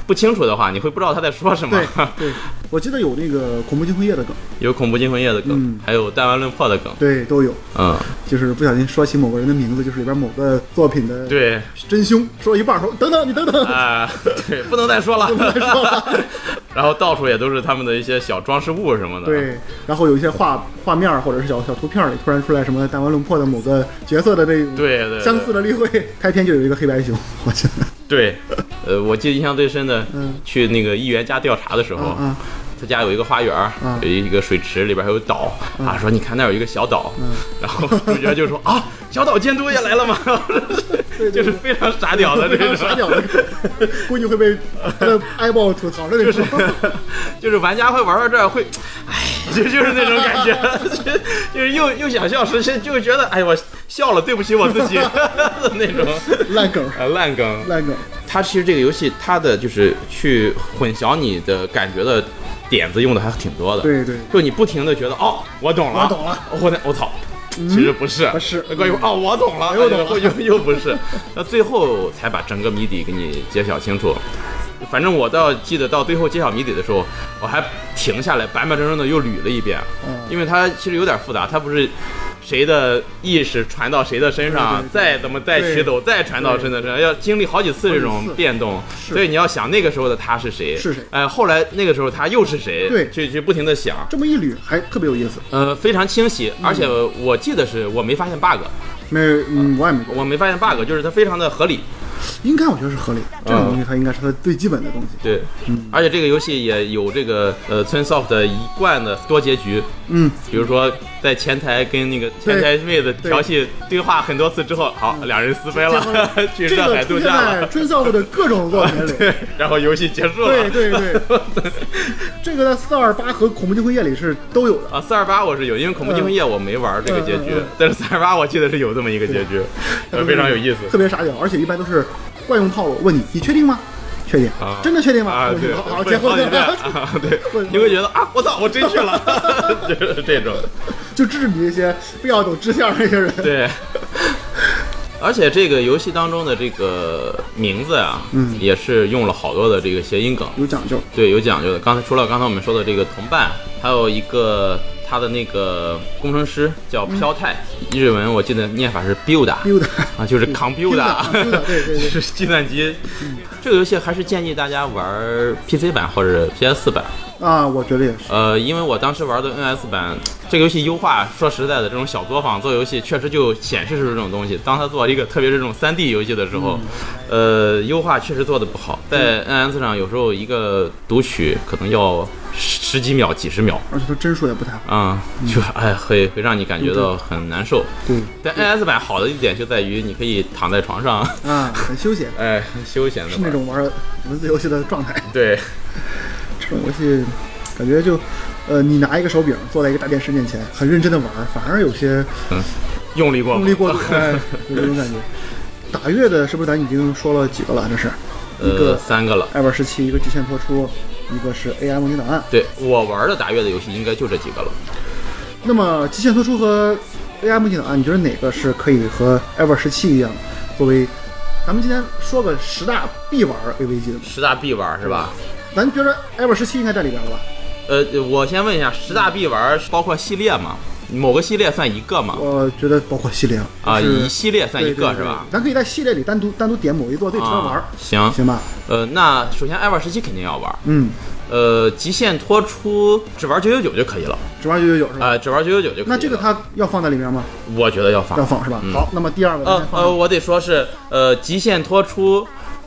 [SPEAKER 1] 不清楚的话，你会不知道他在说什么
[SPEAKER 2] 对。对，我记得有那个恐怖惊魂夜的梗，
[SPEAKER 1] 有恐怖惊魂夜的梗，
[SPEAKER 2] 嗯
[SPEAKER 1] 还有弹丸论破的梗，
[SPEAKER 2] 对，都有。
[SPEAKER 1] 嗯，
[SPEAKER 2] 就是不小心说起某个人的名字，就是里边某个作品的
[SPEAKER 1] 对，
[SPEAKER 2] 真凶，说一半儿说等等你等等，
[SPEAKER 1] 啊、对，不能再说了，
[SPEAKER 2] 再说了。
[SPEAKER 1] 然后到处也都是他们的一些小装饰物什么的，，
[SPEAKER 2] 对，然后有一些画画面儿或者是小小图片儿里突然出来什么弹丸论破的某个角色的这种
[SPEAKER 1] 对对对
[SPEAKER 2] 相似的例会，开篇就有一个黑白熊，我觉得，
[SPEAKER 1] 对，呃，我记得印象最深的，
[SPEAKER 2] 嗯
[SPEAKER 1] 去那个议员家调查的时候，
[SPEAKER 2] 嗯嗯
[SPEAKER 1] 他家有一个花园儿，
[SPEAKER 2] 嗯
[SPEAKER 1] 有一个水池，里边还有岛、啊，说你看那儿有一个小岛，
[SPEAKER 2] 嗯
[SPEAKER 1] 然后主角就说啊，小岛监督也来了吗？
[SPEAKER 2] 对对
[SPEAKER 1] 就是非常傻屌的这
[SPEAKER 2] 非常 傻
[SPEAKER 1] 种。
[SPEAKER 2] 屌的， 估计会被他的 eyeball 吐槽 的那种。
[SPEAKER 1] 就是玩家会玩到这儿会，哎，就就是那种感觉，就是又又想笑，实际就觉得哎我笑了，对不起我自己的那种
[SPEAKER 2] 烂梗儿，
[SPEAKER 1] 啊烂梗。
[SPEAKER 2] 烂梗儿，
[SPEAKER 1] 它其实这个游戏它的就是去混淆你的感觉的点子用的还挺多的。，
[SPEAKER 2] 对对，
[SPEAKER 1] 就你不停的觉得哦，我懂了，
[SPEAKER 2] 我懂了，嗯
[SPEAKER 1] 我我操。其实不是，
[SPEAKER 2] 不是
[SPEAKER 1] 过一会儿哦，我懂了，
[SPEAKER 2] 又懂
[SPEAKER 1] 又
[SPEAKER 2] 了
[SPEAKER 1] 又又不是， 那最后才把整个谜底给你揭晓清楚。反正我到记得到最后揭晓谜底的时候，我还停下来，板板正正的又捋了一遍，
[SPEAKER 2] 嗯，
[SPEAKER 1] 因为它其实有点复杂，它不是谁的意识传到谁的身上，
[SPEAKER 2] 对对对
[SPEAKER 1] 再怎么再取走，再传到谁的身上，要经历好几次这
[SPEAKER 2] 好几
[SPEAKER 1] 种
[SPEAKER 2] 次
[SPEAKER 1] 变动，
[SPEAKER 2] 是
[SPEAKER 1] 所以你要想那个时候的他是谁，
[SPEAKER 2] 是谁
[SPEAKER 1] 哎、后来那个时候他又是谁，
[SPEAKER 2] 对
[SPEAKER 1] 去去不停的想，
[SPEAKER 2] 这么一捋还特别有意思。
[SPEAKER 1] 呃，非常清晰，
[SPEAKER 2] 嗯
[SPEAKER 1] 而且我记得是我没发现 bug，
[SPEAKER 2] 没，嗯，我也没过，
[SPEAKER 1] 我没发现 bug，就是它非常的合理，
[SPEAKER 2] 应该我觉得是合理
[SPEAKER 1] 啊
[SPEAKER 2] 的，这种东西它应该是它最基本的东西。
[SPEAKER 1] 对，
[SPEAKER 2] 嗯
[SPEAKER 1] 而且这个游戏也有这个呃 Twinsoft 的一贯的多结局，
[SPEAKER 2] 嗯，
[SPEAKER 1] 比如说在前台跟那个前台妹子调戏对话很多次之后，好，两人撕飞了， 去
[SPEAKER 2] 嗯这
[SPEAKER 1] 上
[SPEAKER 2] 个
[SPEAKER 1] 海
[SPEAKER 2] 出
[SPEAKER 1] 度
[SPEAKER 2] 现
[SPEAKER 1] 假
[SPEAKER 2] 在
[SPEAKER 1] 了，
[SPEAKER 2] 春笑的各种作品里。
[SPEAKER 1] 对，然后游戏结束了。
[SPEAKER 2] 对对对，这个在四二八和恐怖惊魂夜里是都有的。
[SPEAKER 1] 啊，四二八我是有，因为恐怖惊魂夜我没玩这个结局
[SPEAKER 2] 嗯嗯嗯，
[SPEAKER 1] 但是四二八我记得是有这么一个结局，呃非常有意思。
[SPEAKER 2] 嗯特别傻屌，而且一般都是惯用套路，问你你确定吗？确定
[SPEAKER 1] 啊，
[SPEAKER 2] 真的确定吗？
[SPEAKER 1] 啊，
[SPEAKER 2] 我说
[SPEAKER 1] 对，
[SPEAKER 2] 好好
[SPEAKER 1] 会
[SPEAKER 2] 结婚
[SPEAKER 1] 好几遍
[SPEAKER 2] 了，
[SPEAKER 1] 啊，对
[SPEAKER 2] 问，
[SPEAKER 1] 你会觉得啊，我操，我真去了，就是这种。
[SPEAKER 2] 就制止你那些非要走支线那些人。
[SPEAKER 1] 对。而且这个游戏当中的这个名字啊，
[SPEAKER 2] 嗯
[SPEAKER 1] 也是用了好多的这个谐音梗，
[SPEAKER 2] 有讲究，
[SPEAKER 1] 对，有讲究的。刚才除了刚才我们说的这个同伴，还有一个他的那个工程师叫
[SPEAKER 2] 嗯
[SPEAKER 1] 飘太，日文我记得念法是 builda
[SPEAKER 2] 溜达，
[SPEAKER 1] 啊，就是
[SPEAKER 2] 溜达，溜
[SPEAKER 1] computer，
[SPEAKER 2] 达，对对
[SPEAKER 1] 就
[SPEAKER 2] 对，嗯
[SPEAKER 1] 是计算机。这个游戏还是建议大家玩 PC 版或者 PS 版，
[SPEAKER 2] 啊，我觉得也是，
[SPEAKER 1] 呃，因为我当时玩的 NS 版，这个游戏优化，说实在的，这种小作坊做游戏确实就显示出这种东西。当他做一个特别是这种 3D 游戏的时候，
[SPEAKER 2] 嗯
[SPEAKER 1] 呃，优化确实做的不好，在 NS 上有时候一个读取可能要十几秒、几十秒，
[SPEAKER 2] 而且它帧数也不太好。
[SPEAKER 1] 啊、就哎会会让你感觉到很难受。
[SPEAKER 2] 嗯对，
[SPEAKER 1] 但 NS 版好的一点就在于你可以躺在床 上，
[SPEAKER 2] 啊，很休闲，
[SPEAKER 1] 哎，休闲的
[SPEAKER 2] 是那种玩文字游戏的状态。
[SPEAKER 1] 对
[SPEAKER 2] 这种游戏感觉就，呃，你拿一个手柄坐在一个大电视面前，很认真的玩，反而有些
[SPEAKER 1] 用力过猛
[SPEAKER 2] 用力过度，哎，有这种感觉。打月的是不是咱已经说了几个了？这是一
[SPEAKER 1] 呃
[SPEAKER 2] 个
[SPEAKER 1] 三个了。
[SPEAKER 2] 爱玩十七，一个极限破出，一个是 AI 模拟档案。
[SPEAKER 1] 对我玩的打月的游戏应该就这几个了。
[SPEAKER 2] 那么极限脱出和 AI 模拟档案，你觉得哪个是可以和 Ever 十七一样作为？咱们今天说个十大必玩 AVG 的吧，
[SPEAKER 1] 十大必玩是吧？
[SPEAKER 2] 咱觉得 Ever 十七应该在里边了吧？
[SPEAKER 1] 呃，我先问一下，十大必玩包括系列吗？某个系列算一个吗？
[SPEAKER 2] 我觉得包括系列
[SPEAKER 1] 啊，
[SPEAKER 2] 就是
[SPEAKER 1] 一系列算一
[SPEAKER 2] 对
[SPEAKER 1] 个
[SPEAKER 2] 对
[SPEAKER 1] 是吧
[SPEAKER 2] 对？咱可以在系列里单独单独点某一座对值得玩儿
[SPEAKER 1] 啊，，行，
[SPEAKER 2] 行吧？
[SPEAKER 1] 呃，那首先 i 玩十七肯定要玩，
[SPEAKER 2] 嗯，
[SPEAKER 1] 呃，极限脱出只玩九九九就可以了，
[SPEAKER 2] 只玩九九九是吧？
[SPEAKER 1] 啊，只玩九九九就可以了。
[SPEAKER 2] 那这个它要放在里面吗？
[SPEAKER 1] 我觉得要
[SPEAKER 2] 要
[SPEAKER 1] 放，
[SPEAKER 2] 放是吧？
[SPEAKER 1] 嗯
[SPEAKER 2] 好，那么第二个咱
[SPEAKER 1] 呃
[SPEAKER 2] 先放
[SPEAKER 1] 呃，我得说是呃，极限脱出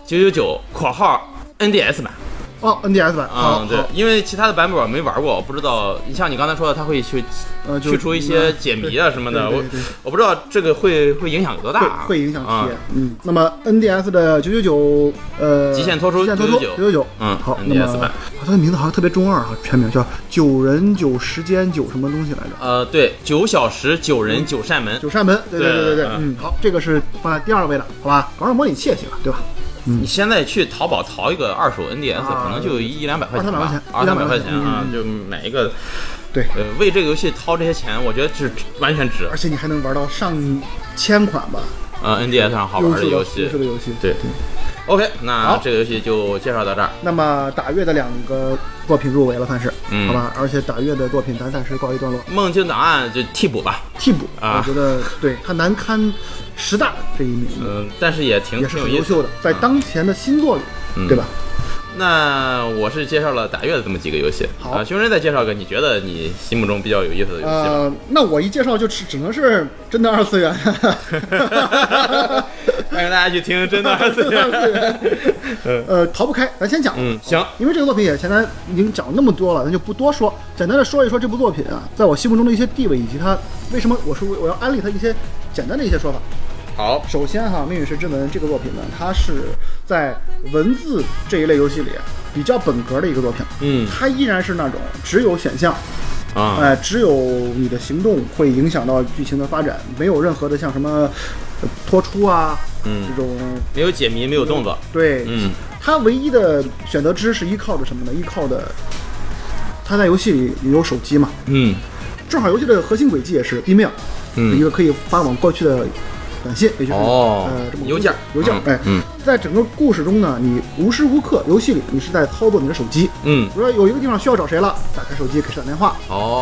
[SPEAKER 1] 九九九（括号 NDS 版
[SPEAKER 2] 哦，NDS 版，好，
[SPEAKER 1] 啊、对
[SPEAKER 2] 好，
[SPEAKER 1] 因为其他的版本我没玩过，我不知道。你像你刚才说的，它会去
[SPEAKER 2] 呃，就
[SPEAKER 1] 去除一些解谜啊什么的，
[SPEAKER 2] 对
[SPEAKER 1] 我
[SPEAKER 2] 对对
[SPEAKER 1] 我不知道这个会会影响有多大啊，
[SPEAKER 2] 会会影响体
[SPEAKER 1] 啊
[SPEAKER 2] 验。嗯，那么 NDS 的九九九，呃，
[SPEAKER 1] 极限脱出
[SPEAKER 2] 极限脱出
[SPEAKER 1] 999
[SPEAKER 2] 九九，
[SPEAKER 1] 嗯
[SPEAKER 2] 好，那么
[SPEAKER 1] ，NDS 版，
[SPEAKER 2] 啊它的名字好像特别中二哈，全名叫九人九时间九什么东西来着？
[SPEAKER 1] 呃，对，九小时九人
[SPEAKER 2] 嗯
[SPEAKER 1] 九扇门，
[SPEAKER 2] 九扇门，对对
[SPEAKER 1] 对
[SPEAKER 2] 对对，
[SPEAKER 1] 嗯
[SPEAKER 2] 嗯，好，这个是放在第二位的，好吧？玩玩模拟器也行啊，对吧？
[SPEAKER 1] 你现在去淘宝淘一个二手 NDS，
[SPEAKER 2] 啊
[SPEAKER 1] 可能就一一两百块钱吧，
[SPEAKER 2] 二
[SPEAKER 1] 二
[SPEAKER 2] 三
[SPEAKER 1] 三百
[SPEAKER 2] 百块
[SPEAKER 1] 块
[SPEAKER 2] 钱
[SPEAKER 1] 钱
[SPEAKER 2] 嗯
[SPEAKER 1] 啊
[SPEAKER 2] 嗯，
[SPEAKER 1] 就买一个。
[SPEAKER 2] 对哎
[SPEAKER 1] 呃，为这个游戏掏这些钱，我觉得是完全值
[SPEAKER 2] 而。且你还能玩到上千款吧，
[SPEAKER 1] 呃，NDS 上好
[SPEAKER 2] 优
[SPEAKER 1] 玩
[SPEAKER 2] 秀
[SPEAKER 1] 的游
[SPEAKER 2] 优
[SPEAKER 1] 戏
[SPEAKER 2] 秀。的游戏。
[SPEAKER 1] 对，OK，那
[SPEAKER 2] 好
[SPEAKER 1] 这个游戏就介绍到这儿。
[SPEAKER 2] 那么打月的两个作品入围了，算是，
[SPEAKER 1] 嗯
[SPEAKER 2] 好吧？而且打月的作品咱暂时告一段落，
[SPEAKER 1] 梦境档案就替补吧，
[SPEAKER 2] 替补，
[SPEAKER 1] 啊
[SPEAKER 2] 我觉得对它难堪十大这一名，
[SPEAKER 1] 嗯，但是也挺
[SPEAKER 2] 也是
[SPEAKER 1] 挺有
[SPEAKER 2] 很
[SPEAKER 1] 意
[SPEAKER 2] 优
[SPEAKER 1] 思
[SPEAKER 2] 秀的，在当前的新作里，
[SPEAKER 1] 嗯
[SPEAKER 2] 对吧？
[SPEAKER 1] 那我是介绍了打月的这么几个游戏，
[SPEAKER 2] 好
[SPEAKER 1] 啊，熊仁再介绍个你觉得你心目中比较有意思的游戏吧。
[SPEAKER 2] 呃，那我一介绍就只只能是真的二 次元，
[SPEAKER 1] 带哎着大家去听真的二次元。
[SPEAKER 2] 呃，逃不开，咱先讲，
[SPEAKER 1] 嗯，行，
[SPEAKER 2] 因为这个作品也前咱已经讲了那么多了，咱就不多说，简单的说一说这部作品啊，在我心目中的一些地位，以及它为什么我说我要安利它一些简单的一些说法。
[SPEAKER 1] 好，
[SPEAKER 2] 首先哈，《命运石之门》这个作品呢，它是在文字这一类游戏里比较本格的一个作品，
[SPEAKER 1] 嗯
[SPEAKER 2] 它依然是那种只有选项，
[SPEAKER 1] 啊，
[SPEAKER 2] 哎，只有你的行动会影响到剧情的发展，没有任何的像什么呃脱出啊，
[SPEAKER 1] 嗯
[SPEAKER 2] 这种
[SPEAKER 1] 没有解谜，没有动作，
[SPEAKER 2] 对，
[SPEAKER 1] 嗯
[SPEAKER 2] 它唯一的选择之是依靠着什么呢？依靠的，它在游戏里有手机嘛，
[SPEAKER 1] 嗯
[SPEAKER 2] 正好游戏的核心轨迹也是地面，一
[SPEAKER 1] 嗯，
[SPEAKER 2] 个可以发往过去的短信，也就是、
[SPEAKER 1] 哦
[SPEAKER 2] 呃这么个
[SPEAKER 1] 邮件
[SPEAKER 2] 邮件，
[SPEAKER 1] 嗯
[SPEAKER 2] 哎，
[SPEAKER 1] 嗯
[SPEAKER 2] 在整个故事中呢，你无时无刻游戏里你是在操作你的手机，
[SPEAKER 1] 嗯，
[SPEAKER 2] 比如说有一个地方需要找谁了，打开手机给谁打电话，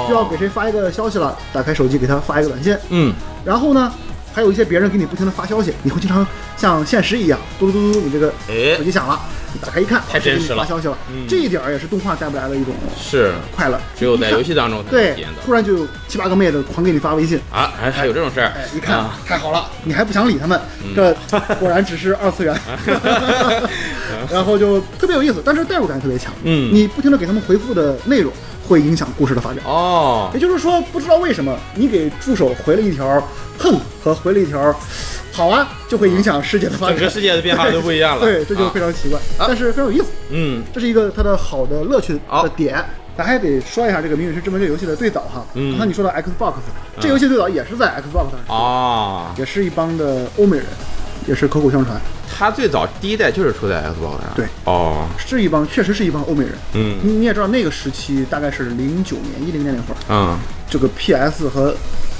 [SPEAKER 2] 需要给
[SPEAKER 1] 哦，
[SPEAKER 2] 谁发一个消息了，打开手机给他发一个短信，
[SPEAKER 1] 嗯，
[SPEAKER 2] 然后呢，还有一些别人给你不停的发消息，你会经常像现实一样，嘟嘟嘟嘟，你这个
[SPEAKER 1] 哎
[SPEAKER 2] 手，机响了，你打开一看，
[SPEAKER 1] 太真实了
[SPEAKER 2] 发消息了。
[SPEAKER 1] 嗯
[SPEAKER 2] 这一点儿也是动画带不来的一种
[SPEAKER 1] 是，
[SPEAKER 2] 快乐，
[SPEAKER 1] 只有在游
[SPEAKER 2] 戏
[SPEAKER 1] 戏当中才能体
[SPEAKER 2] 对
[SPEAKER 1] 验，到
[SPEAKER 2] 突然就有七八个妹子狂给你发微信。
[SPEAKER 1] 啊，还还有这种事儿
[SPEAKER 2] 哎，一看、
[SPEAKER 1] 啊嗯
[SPEAKER 2] 太好了，你还不想理他们，这果然只是二次 元， 然后就特别有意思，但是代入感特别强。
[SPEAKER 1] 嗯
[SPEAKER 2] 你不停的给他们回复的内容会影响故事的发展。
[SPEAKER 1] 哦
[SPEAKER 2] 也，就是说，不知道为什么你给助手回了一条“哼”和回了一条“好啊”，就会影响世界的发
[SPEAKER 1] 整个
[SPEAKER 2] 展。
[SPEAKER 1] 世界的变化都不一嗯样了，
[SPEAKER 2] 对，这就
[SPEAKER 1] 啊
[SPEAKER 2] 非常奇怪，但是非常有意思。
[SPEAKER 1] 嗯
[SPEAKER 2] 这是一个它的好的乐趣
[SPEAKER 1] 好
[SPEAKER 2] 的点。咱还得说一下这个《命运石之门》这游戏的最早哈，
[SPEAKER 1] 嗯
[SPEAKER 2] 刚才你说到 Xbox，这游戏最早也是在 Xbox 上出的，
[SPEAKER 1] 哦，
[SPEAKER 2] 也是一帮的欧美人，也是口口相传，
[SPEAKER 1] 它最早第一代就是出在 Xbox 上，
[SPEAKER 2] 对，
[SPEAKER 1] 哦，
[SPEAKER 2] 是一帮确实是一帮欧美人。
[SPEAKER 1] 嗯
[SPEAKER 2] 你你也知道那个时期大概是零九年、一零年那会儿，
[SPEAKER 1] 嗯，
[SPEAKER 2] 这个 PS 和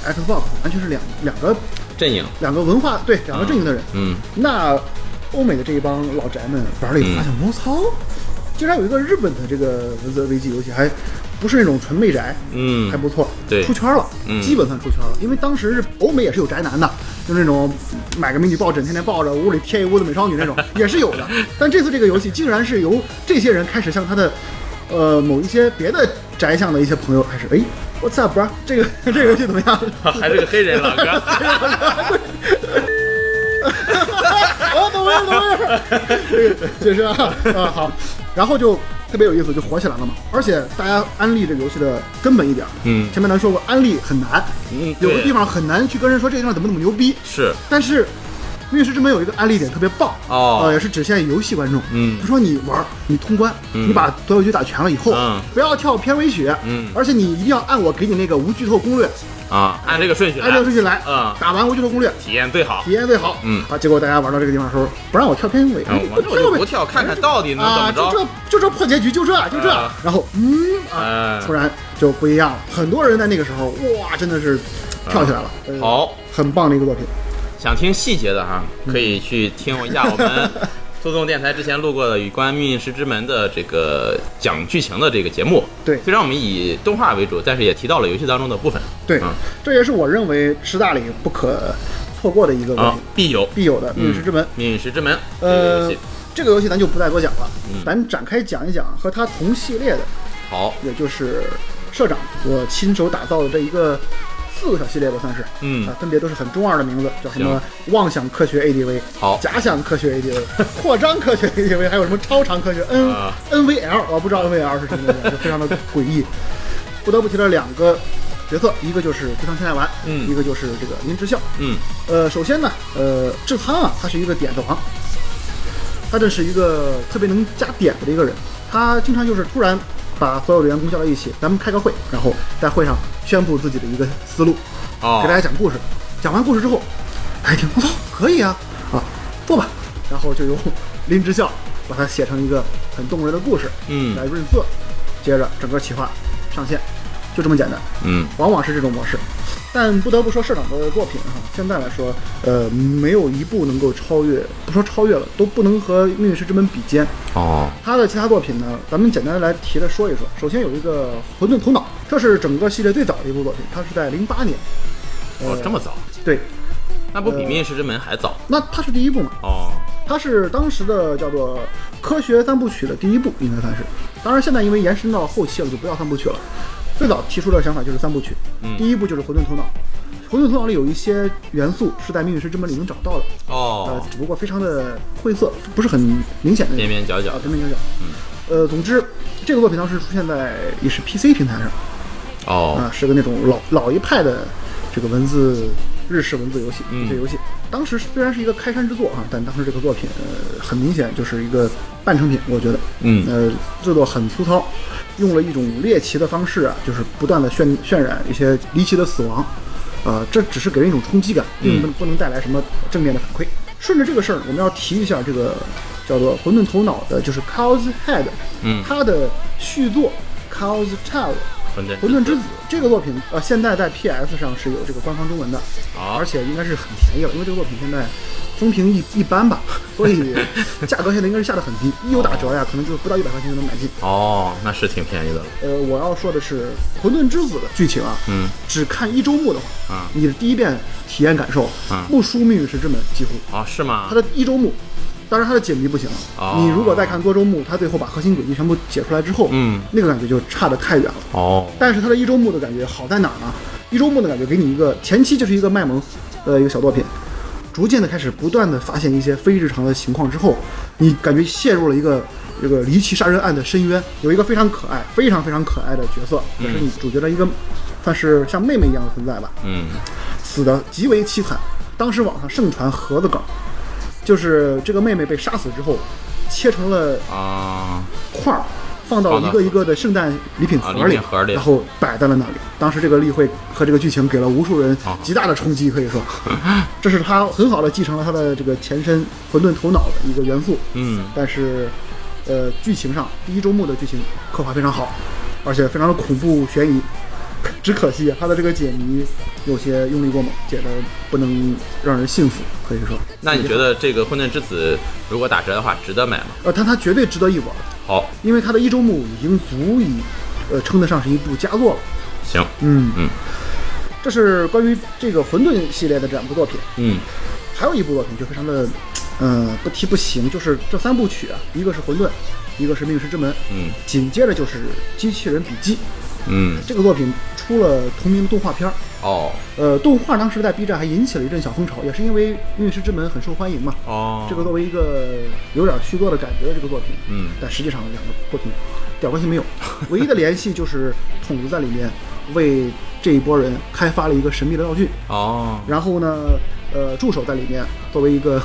[SPEAKER 2] Xbox 完全是两两个
[SPEAKER 1] 阵营，
[SPEAKER 2] 两个文化对两个阵营的人。
[SPEAKER 1] 嗯
[SPEAKER 2] 那欧美的这一帮老宅们玩了以后
[SPEAKER 1] 嗯
[SPEAKER 2] 发现，我操，竟然有一个日本的这个文字危机游戏，还不是那种纯媚宅，
[SPEAKER 1] 嗯
[SPEAKER 2] 还不错，
[SPEAKER 1] 对
[SPEAKER 2] 出圈了，
[SPEAKER 1] 嗯
[SPEAKER 2] 基本算出圈了。因为当时是欧美也是有宅男的，就是那种买个迷你抱枕，天天抱着，屋里贴一屋子美少女 那种也是有的。但这次这个游戏竟然是由这些人开始向他的。呃，某一些别的宅向的一些朋友开始，哎，What's up，bro？这个 这个游戏怎么样？
[SPEAKER 1] 还是个黑人老哥，
[SPEAKER 2] 啊，等会儿，等会儿，这 个解释啊啊好，然后就特别有意思，就火起来了嘛。而且大家安利这个游戏的根本一点，
[SPEAKER 1] 嗯
[SPEAKER 2] 前面咱说过，安利很难，
[SPEAKER 1] 嗯，
[SPEAKER 2] 有的
[SPEAKER 1] 对
[SPEAKER 2] 地方很难去跟人说这个地方怎么怎么牛逼，
[SPEAKER 1] 是
[SPEAKER 2] 但是《密室之门》有一个安利点特别棒
[SPEAKER 1] 哦
[SPEAKER 2] 呃，也是只限于游戏观众。
[SPEAKER 1] 嗯
[SPEAKER 2] 他说你玩儿，你通关，
[SPEAKER 1] 嗯
[SPEAKER 2] 你把所有局打全了以后，
[SPEAKER 1] 嗯
[SPEAKER 2] 不要跳片尾曲，
[SPEAKER 1] 嗯
[SPEAKER 2] 而且你一定要按我给你那个无剧透攻略，
[SPEAKER 1] 啊，按这个顺序来，
[SPEAKER 2] 按照顺序来，
[SPEAKER 1] 嗯
[SPEAKER 2] 打完无剧透攻略，
[SPEAKER 1] 体验最好
[SPEAKER 2] 体。验最好。
[SPEAKER 1] 嗯
[SPEAKER 2] 啊，结果大家玩到这个地方的时候，不让我哎跳片尾，
[SPEAKER 1] 啊，我这我就不跳，看看到底能怎
[SPEAKER 2] 啊，
[SPEAKER 1] 么
[SPEAKER 2] 就
[SPEAKER 1] 着。
[SPEAKER 2] 这就这破结局，就这就这
[SPEAKER 1] 啊，
[SPEAKER 2] 然后嗯啊，
[SPEAKER 1] 哎，
[SPEAKER 2] 突然就不一样了。很多人在那个时候，哇，真的是跳起来了。呃，
[SPEAKER 1] 嗯好，
[SPEAKER 2] 很棒的一个作品。
[SPEAKER 1] 想听细节的哈，
[SPEAKER 2] 嗯
[SPEAKER 1] 可以去听一下我 们速纵电台之前录过的有关《命运石之门》的这个讲剧情的这个节目。
[SPEAKER 2] 对
[SPEAKER 1] 虽然我们以动画为主，但是也提到了游戏当中的部分
[SPEAKER 2] 对
[SPEAKER 1] 嗯，
[SPEAKER 2] 这也是我认为十大里不可错过的一个作
[SPEAKER 1] 啊
[SPEAKER 2] 品，，
[SPEAKER 1] 必有《
[SPEAKER 2] 必有的《命运石之门》。
[SPEAKER 1] 命运石嗯之门》嗯这个游
[SPEAKER 2] 呃
[SPEAKER 1] 戏。，
[SPEAKER 2] 这个游戏咱就不再多讲了
[SPEAKER 1] 嗯，
[SPEAKER 2] 咱展开讲一讲和它同系列的，
[SPEAKER 1] 好，
[SPEAKER 2] 也就是社长所亲手打造的这一个四个小系列吧，算是，
[SPEAKER 1] 嗯
[SPEAKER 2] 啊，分别都是很中二的名字，叫什么
[SPEAKER 1] 行
[SPEAKER 2] 妄想科学 ADV，
[SPEAKER 1] 好
[SPEAKER 2] 假想科学 ADV，扩 张科学 ADV，还有什么超常科学 N、
[SPEAKER 1] 啊
[SPEAKER 2] NVL，我不知道 NVL 是什么东 西，就非常的诡异。不得不提到两个角色，一个就是非常天籁丸，
[SPEAKER 1] 嗯
[SPEAKER 2] 一个就是这个林之孝。
[SPEAKER 1] 嗯
[SPEAKER 2] 呃，首先呢，呃，志仓啊，他是一个点子王，他这是一个特别能加点子的一个人，他经常就是突然把所有的员工叫到一起，咱们开个会，然后在会上宣布自己的一个思路，给大
[SPEAKER 1] 哦
[SPEAKER 2] 家讲故事。讲完故事之后，哎，一听我操，可以啊，啊，做吧。然后就由林之孝把它写成一个很动人的故事，
[SPEAKER 1] 嗯
[SPEAKER 2] 来润色，接着整个企划上线，就这么简单。
[SPEAKER 1] 嗯
[SPEAKER 2] 往往是这种模式。但不得不说，社长的作品哈，现在来说，呃，没有一部能够超越，不说超越了，都不能和《命运石之门》比肩。
[SPEAKER 1] 哦
[SPEAKER 2] 他的其他作品呢，咱们简单地来提了说一说。首先有一个《混沌头脑》，这是整个系列最早的一部作品，它是在零八年。呃
[SPEAKER 1] 哦这么早，
[SPEAKER 2] 对，
[SPEAKER 1] 那不比
[SPEAKER 2] 呃
[SPEAKER 1] 《命运石之门》还早
[SPEAKER 2] 那它是第一部嘛？
[SPEAKER 1] 哦？
[SPEAKER 2] 它是当时的叫做科学三部曲的第一部，应该算是。当然，现在因为延伸到后期了，就不叫三部曲了。最早提出的想法就是三部曲，第一部就是《混沌头脑》。《混沌头脑》里有一些元素是在《命运石之门》里能找到的，呃
[SPEAKER 1] 哦，，
[SPEAKER 2] 只不过非常的晦涩，不是很明显的那种
[SPEAKER 1] 边边角角
[SPEAKER 2] 啊，边边角角。呃，总之，这个作品当时出现在也是 PC 平台上
[SPEAKER 1] 哦
[SPEAKER 2] 啊，是个那种老老一派的这个文字日式文字游戏。
[SPEAKER 1] 嗯
[SPEAKER 2] 这游戏当时虽然是一个开山之作啊，但当时这个作品呃很明显就是一个半成品，我觉得。
[SPEAKER 1] 嗯
[SPEAKER 2] 呃，制作很粗糙，用了一种猎奇的方式啊，就是不断的渲渲染一些离奇的死亡，呃，这只是给人一种冲击感，
[SPEAKER 1] 嗯
[SPEAKER 2] 并不不能带来什么正面的反馈。顺着这个事儿，我们要提一下这个叫做《混沌头脑》的，就是 Cow's Head，
[SPEAKER 1] 嗯
[SPEAKER 2] 它的续作 Cow's Child。
[SPEAKER 1] 混
[SPEAKER 2] 《混沌
[SPEAKER 1] 沌
[SPEAKER 2] 之子》这个作品，呃，现在在 PS 上是有这个官方中文的，
[SPEAKER 1] 好
[SPEAKER 2] 而且应该是很便宜了，因为这个作品现在风评一一般吧，所以价格现在应该是下得很低，一有打折呀，可能就是不到一百块钱就能买进。
[SPEAKER 1] 哦，那是挺便宜的了
[SPEAKER 2] 呃，我要说的是《混沌之子》的剧情啊，
[SPEAKER 1] 嗯，
[SPEAKER 2] 只看一周目的话，
[SPEAKER 1] 啊
[SPEAKER 2] 你的第一遍体验感受
[SPEAKER 1] 啊
[SPEAKER 2] 不输《命运石之门》，几乎
[SPEAKER 1] 哦是吗
[SPEAKER 2] 它？的一周目。当然，它的解谜不行。
[SPEAKER 1] 哦
[SPEAKER 2] 你如果再看多周目，它最后把核心轨迹全部解出来之后，
[SPEAKER 1] 嗯，
[SPEAKER 2] 那个感觉就差得太远了。
[SPEAKER 1] 哦
[SPEAKER 2] 但是它的一周目的感觉好在哪儿呢？一周目的感觉给你一个前期就是一个卖萌，呃，一个小作品，逐渐的开始不断的发现一些非日常的情况之后，你感觉陷入了一个这呃个离奇杀人案的深渊。有一个非常可爱、非常非常可爱的角色，也是你主角的一个，算是像妹妹一样的存在吧，
[SPEAKER 1] 嗯
[SPEAKER 2] 死的极为凄惨。当时网上盛传盒子梗，就是这个妹妹被杀死之后，切成了
[SPEAKER 1] 啊
[SPEAKER 2] 块儿放到一个一个的圣诞礼品盒
[SPEAKER 1] 啊礼
[SPEAKER 2] 里，
[SPEAKER 1] 品盒里
[SPEAKER 2] 然后摆在了那里。当时这个例会和这个剧情给了无数人
[SPEAKER 1] 啊
[SPEAKER 2] 极大的冲击，可 以说，这是他很好的继承了他的这个前身《混沌头脑》的一个元素。
[SPEAKER 1] 嗯
[SPEAKER 2] 但是，呃，剧情上第一周目的剧情刻画非常好，而且非常的恐怖悬疑。只可惜啊他的这个解谜有些用力过猛，解的不能让人信服，可以说。
[SPEAKER 1] 那你觉得这个《混沌之子》如果打折的话，值得买吗？
[SPEAKER 2] 呃，但它绝对值得一玩，
[SPEAKER 1] 好，
[SPEAKER 2] 因为它的一周目已经足以，呃，称得上是一部佳作了。
[SPEAKER 1] 行，
[SPEAKER 2] 嗯
[SPEAKER 1] 嗯，
[SPEAKER 2] 这是关于这个混沌系列的这两部作品，
[SPEAKER 1] 嗯
[SPEAKER 2] 还有一部作品就非常的，呃，不提不行，就是这三部曲啊，一个是混沌，一个是命运石之门，
[SPEAKER 1] 嗯
[SPEAKER 2] 紧接着就是机器人笔记。
[SPEAKER 1] 嗯，
[SPEAKER 2] 这个作品出了同名动画片儿，
[SPEAKER 1] 哦
[SPEAKER 2] 呃，动画当时在 B 站还引起了一阵小风潮，也是因为命运石之门很受欢迎嘛。
[SPEAKER 1] 哦，
[SPEAKER 2] 这个作为一个有点虚作的感觉的这个作品，
[SPEAKER 1] 嗯
[SPEAKER 2] 但实际上两个作品一点关系没有，唯一的联系就是筒子在里面为这一波人开发了一个神秘的道具，
[SPEAKER 1] 哦
[SPEAKER 2] 然后呢，呃，助手在里面作为一个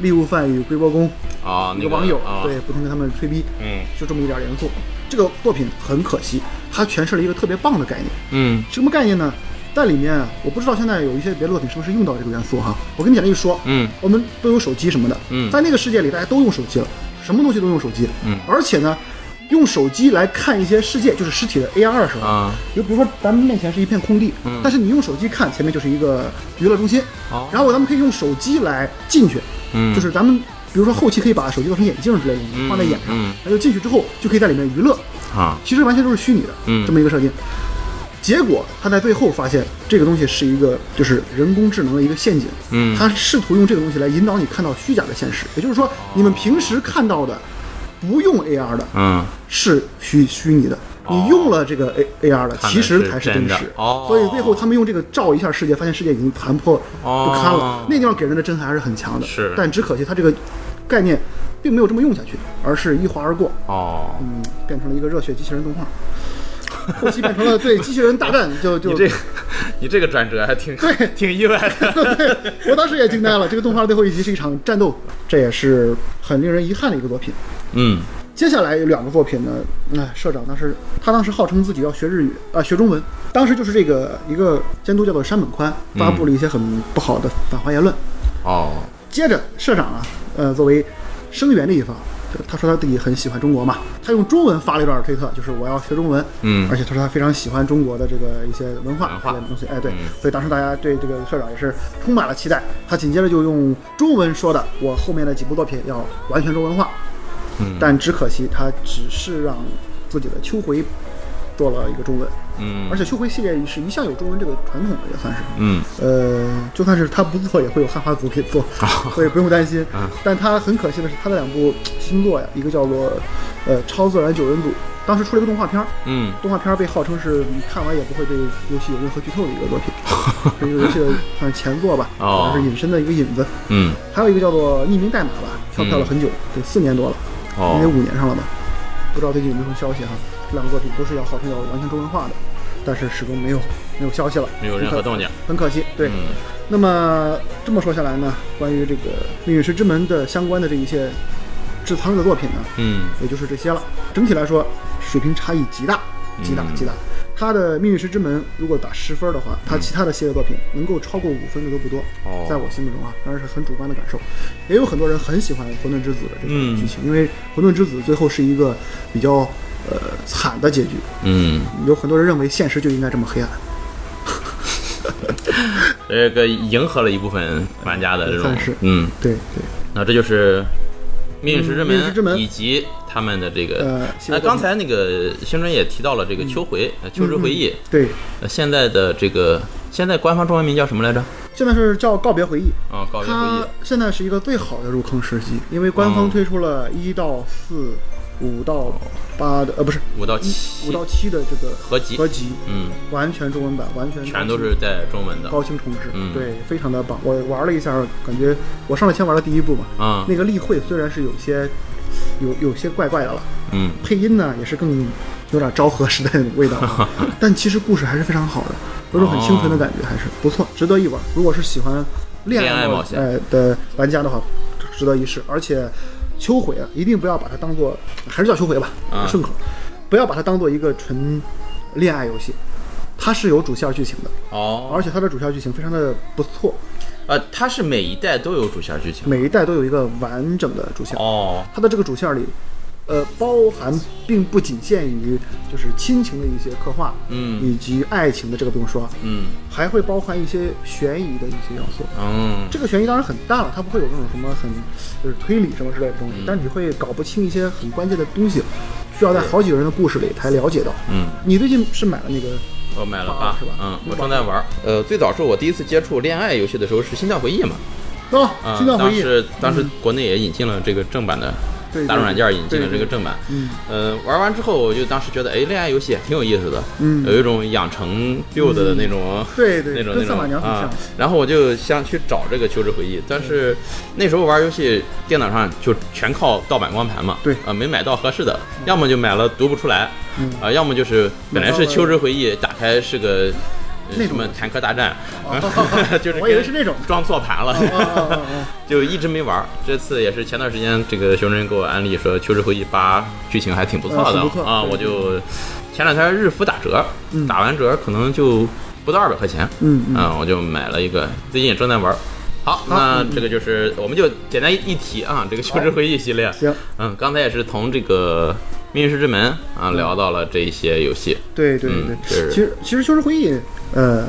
[SPEAKER 2] 利物犯与龟波公
[SPEAKER 1] 哦，
[SPEAKER 2] 一
[SPEAKER 1] 那
[SPEAKER 2] 个
[SPEAKER 1] 个
[SPEAKER 2] 网友，
[SPEAKER 1] 啊
[SPEAKER 2] 对，不停跟他们吹逼，
[SPEAKER 1] 嗯
[SPEAKER 2] 就这么一点元素。这个作品很可惜，它诠释了一个特别棒的概念，
[SPEAKER 1] 嗯
[SPEAKER 2] 什么概念呢？在里面啊，我不知道现在有一些别的作品是不是用到这个元素哈。我跟你简单一说，
[SPEAKER 1] 嗯
[SPEAKER 2] 我们都有手机什么的，
[SPEAKER 1] 嗯
[SPEAKER 2] 在那个世界里，大家都用手机了，什么东西都用手机，
[SPEAKER 1] 嗯
[SPEAKER 2] 而且呢，用手机来看一些世界，就是实体的 AR 的时候，
[SPEAKER 1] 啊嗯
[SPEAKER 2] 就比如说咱们面前是一片空地，但是你用手机看，前面就是一个娱乐中心，
[SPEAKER 1] 哦
[SPEAKER 2] 然后咱们可以用手机来进去，
[SPEAKER 1] 嗯
[SPEAKER 2] 就是咱们比如说后期可以把手机做成眼镜之类的，你放在眼上，
[SPEAKER 1] 嗯
[SPEAKER 2] 然后就进去之后就可以在里面娱乐，
[SPEAKER 1] 啊
[SPEAKER 2] 其实完全都是虚拟的，
[SPEAKER 1] 嗯
[SPEAKER 2] 这么一个设定。结果他在最后发现这个东西是一个就是人工智能的一个陷阱，
[SPEAKER 1] 嗯
[SPEAKER 2] 他试图用这个东西来引导你看到虚假的现实，也就是说你们平时看到的不用 AR 的
[SPEAKER 1] 嗯哦
[SPEAKER 2] 是虚虚拟的，你用了这个 A A R 了，
[SPEAKER 1] 看
[SPEAKER 2] 其
[SPEAKER 1] 的
[SPEAKER 2] 实
[SPEAKER 1] 是
[SPEAKER 2] 才
[SPEAKER 1] 真
[SPEAKER 2] 真
[SPEAKER 1] 的
[SPEAKER 2] 实。
[SPEAKER 1] 哦
[SPEAKER 2] 所以最后他们用这个照一下世界，发现世界已经残破不堪了
[SPEAKER 1] 哦。
[SPEAKER 2] 那地方给人的震撼还是很强的，
[SPEAKER 1] 是
[SPEAKER 2] 但只可惜它这个概念并没有这么用下去，而是一划而过，
[SPEAKER 1] 哦，
[SPEAKER 2] 嗯，变成了一个热血机器人动画。后期变成了对机器人大战， 就就
[SPEAKER 1] 你 这个你这个转折还挺
[SPEAKER 2] 对
[SPEAKER 1] 挺意外的。
[SPEAKER 2] 我当时也惊呆了。这个动画的最后一集是一场战斗，这也是很令人遗憾的一个作品。
[SPEAKER 1] 嗯，
[SPEAKER 2] 接下来有两个作品呢，哎，社长当时他当时号称自己要学日语啊、学中文，当时就是这个一个监督叫做山本宽发布了一些很不好的反华言论。
[SPEAKER 1] 哦，
[SPEAKER 2] 接着社长啊，呃，作为声援的一方，就他说他自己很喜欢中国嘛，他用中文发了一段推特，就是我要学中文，
[SPEAKER 1] 嗯
[SPEAKER 2] 而且他说他非常喜欢中国的这个一些文化
[SPEAKER 1] 文
[SPEAKER 2] 之
[SPEAKER 1] 化
[SPEAKER 2] 类的东西，哎，对，
[SPEAKER 1] 嗯
[SPEAKER 2] 所以当时大家对这个社长也是充满了期待。他紧接着就用中文说的，我后面的几部作品要完全中文化，
[SPEAKER 1] 嗯
[SPEAKER 2] 但只可惜他只是让自己的秋回做了一个中文，
[SPEAKER 1] 嗯，
[SPEAKER 2] 而且秋回系列是一向有中文这个传统的，也算是，
[SPEAKER 1] 嗯
[SPEAKER 2] 呃，就算是他不做，也会有汉化组给做，所以不用担心。但他很可惜的是，他的两部新作呀，一个叫做呃《超自然九人组》，当时出了一个动画片儿，
[SPEAKER 1] 嗯
[SPEAKER 2] 动画片儿被号称是你看完也不会对游戏有任何剧透的一个作品，是一个游戏的算是前作吧，
[SPEAKER 1] 哦
[SPEAKER 2] 或者是引申的一个引子。
[SPEAKER 1] 嗯，
[SPEAKER 2] 还有一个叫做《匿名代码》吧，跳票了很久，对，四年多了，应该
[SPEAKER 1] 哦，
[SPEAKER 2] 五年上了吧，不知道最近有没有什么消息哈。这两个作品都是要号称要完全中文化的，但是始终没有没有消息了，
[SPEAKER 1] 没有任何动静。
[SPEAKER 2] 很可惜。对，
[SPEAKER 1] 嗯
[SPEAKER 2] 那么这么说下来呢，关于这个《命运石之门》的相关的这一些制藏者作品呢，
[SPEAKER 1] 嗯
[SPEAKER 2] 也就是这些了。整体来说，水平差异极大，极大，
[SPEAKER 1] 嗯
[SPEAKER 2] 极大。他的《命运石之门》如果打十分的话，他其他的系列作品能够超过五分的都不多
[SPEAKER 1] 嗯哦，
[SPEAKER 2] 在我心目中啊，当然是很主观的感受。也有很多人很喜欢《混沌之子》的这个
[SPEAKER 1] 嗯
[SPEAKER 2] 剧情，因为《混沌之子》最后是一个比较呃惨的结局，
[SPEAKER 1] 嗯，
[SPEAKER 2] 有很多人认为现实就应该这么黑暗，
[SPEAKER 1] 这个迎合了一部分玩家的这种
[SPEAKER 2] 算是，
[SPEAKER 1] 嗯，
[SPEAKER 2] 对对。
[SPEAKER 1] 那这就是命运石之
[SPEAKER 2] 嗯命运石之
[SPEAKER 1] 门
[SPEAKER 2] 门
[SPEAKER 1] 以及他们的这个
[SPEAKER 2] 呃。系
[SPEAKER 1] 那
[SPEAKER 2] 列作品
[SPEAKER 1] 哎刚才那个星辰也提到了这个秋回，呃秋之回忆，
[SPEAKER 2] 对，
[SPEAKER 1] 呃现在的这个现在官方中文名叫什么来着？
[SPEAKER 2] 现在是叫告别回忆，
[SPEAKER 1] 啊，告别回忆
[SPEAKER 2] 它。现在是一个最好的入坑时机，因为官
[SPEAKER 1] 哦
[SPEAKER 2] 方推出了一到四、五到八的，呃，不是
[SPEAKER 1] 五到七
[SPEAKER 2] 五到七的这个
[SPEAKER 1] 合集
[SPEAKER 2] 合集，
[SPEAKER 1] 嗯，
[SPEAKER 2] 完全中文版，完全
[SPEAKER 1] 全都是带中文的。
[SPEAKER 2] 高清重置，
[SPEAKER 1] 嗯
[SPEAKER 2] 对，非常的棒。我玩了一下，感觉我上来先玩了第一部嘛，
[SPEAKER 1] 啊，
[SPEAKER 2] 那个例会虽然是有些有有些怪怪的了，
[SPEAKER 1] 嗯
[SPEAKER 2] 配音呢也是更有点昭和时代的味道啊，但其实故事还是非常好的，有种很清纯的感觉，还是不错，值得一玩。如果是喜欢恋
[SPEAKER 1] 恋爱
[SPEAKER 2] 冒
[SPEAKER 1] 冒险
[SPEAKER 2] 呃的玩家的话，值得一试。而且秋回啊，一定不要把它当做，还是叫秋回吧，
[SPEAKER 1] 啊
[SPEAKER 2] 顺口，不要把它当做一个纯恋爱游戏，它是有主线剧情的，
[SPEAKER 1] 哦，
[SPEAKER 2] 而且它的主线剧情非常的不错，
[SPEAKER 1] 呃，它是每一代都有主线剧情。
[SPEAKER 2] 每一代都有一个完整的主线。
[SPEAKER 1] 哦，
[SPEAKER 2] 它的这个主线里，呃，包含并不仅限于就是亲情的一些刻画，
[SPEAKER 1] 嗯
[SPEAKER 2] 以及爱情的这个不用说，
[SPEAKER 1] 嗯
[SPEAKER 2] 还会包含一些悬疑的一些要素。
[SPEAKER 1] 嗯
[SPEAKER 2] 这个悬疑当然很淡了，它不会有那种什么很就是推理什么之类的
[SPEAKER 1] 嗯
[SPEAKER 2] 东西，但是你会搞不清一些很关键的东西，需要在好几个人的故事里才了解到。
[SPEAKER 1] 嗯，
[SPEAKER 2] 你最近是买了那个
[SPEAKER 1] 我买了
[SPEAKER 2] 八
[SPEAKER 1] 八
[SPEAKER 2] 哦是吧
[SPEAKER 1] 嗯，
[SPEAKER 2] 你
[SPEAKER 1] 我
[SPEAKER 2] 把
[SPEAKER 1] 正在玩儿。呃，最早是我第一次接触恋爱游戏的时候是《心跳回忆》嘛，
[SPEAKER 2] 哦，
[SPEAKER 1] 啊、
[SPEAKER 2] 心跳
[SPEAKER 1] 当
[SPEAKER 2] 回忆》嗯
[SPEAKER 1] 时当时国内也引进了这个正版的。
[SPEAKER 2] 对对
[SPEAKER 1] 大众软件引进了
[SPEAKER 2] 对
[SPEAKER 1] 这
[SPEAKER 2] 对
[SPEAKER 1] 个正版，
[SPEAKER 2] 嗯，
[SPEAKER 1] 呃，玩完之后我就当时觉得，哎，恋爱游戏也挺有意思的，
[SPEAKER 2] 嗯
[SPEAKER 1] 有一种养成 build 的那种，
[SPEAKER 2] 对对
[SPEAKER 1] 那种
[SPEAKER 2] 跟
[SPEAKER 1] 那种
[SPEAKER 2] 萨满娘很
[SPEAKER 1] 啊
[SPEAKER 2] 像。嗯
[SPEAKER 1] 然后我就想去找这个《求职回忆》，但是那时候玩游戏电脑上就全靠盗版光盘嘛，
[SPEAKER 2] 对
[SPEAKER 1] 呃，没买到合适的，要么就买了读不出来，
[SPEAKER 2] 嗯
[SPEAKER 1] 啊，要么就是本来是
[SPEAKER 2] 买
[SPEAKER 1] 《
[SPEAKER 2] 到了
[SPEAKER 1] 求职回忆》，打开是个。呃
[SPEAKER 2] 那种
[SPEAKER 1] 什么坦克大战，
[SPEAKER 2] 哦
[SPEAKER 1] 就是
[SPEAKER 2] 我以为
[SPEAKER 1] 跟
[SPEAKER 2] 是那种
[SPEAKER 1] 装错盘了，
[SPEAKER 2] 哦哦哦哦
[SPEAKER 1] 就一直没玩儿。这次也是前段时间，这个熊真给我安利说《秋之回忆八》剧情还挺不错
[SPEAKER 2] 啊
[SPEAKER 1] 的
[SPEAKER 2] 很不错
[SPEAKER 1] 啊，
[SPEAKER 2] 对
[SPEAKER 1] 我就前两天日服打折，打完折可能就不到二百块钱，啊
[SPEAKER 2] 嗯嗯
[SPEAKER 1] 我就买了一个，最近也正在玩儿。好，那
[SPEAKER 2] 嗯
[SPEAKER 1] 这个就是我们就简单一一提啊，这个《秋之回忆》系列。
[SPEAKER 2] 行，
[SPEAKER 1] 嗯，刚才也是从这个《命运石之门》啊
[SPEAKER 2] 嗯
[SPEAKER 1] 聊到了这一些游戏，
[SPEAKER 2] 对对对对，
[SPEAKER 1] 嗯是
[SPEAKER 2] 其实其实《秋实回忆》呃，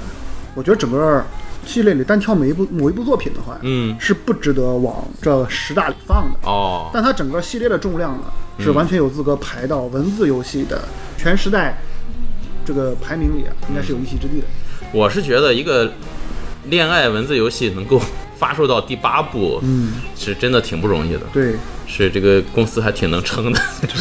[SPEAKER 2] 我觉得整个系列里单挑每一部某一部作品的话，
[SPEAKER 1] 嗯，
[SPEAKER 2] 是不值得往这十大里放的。
[SPEAKER 1] 哦，
[SPEAKER 2] 但它整个系列的重量呢，
[SPEAKER 1] 嗯
[SPEAKER 2] 是完全有资格排到文字游戏的全时代这个排名里啊，应该是有一席之地的。
[SPEAKER 1] 我是觉得一个恋爱文字游戏能够 发售到第八部，嗯，是真的挺不容易的。
[SPEAKER 2] 对，
[SPEAKER 1] 是这个公司还挺能撑 的。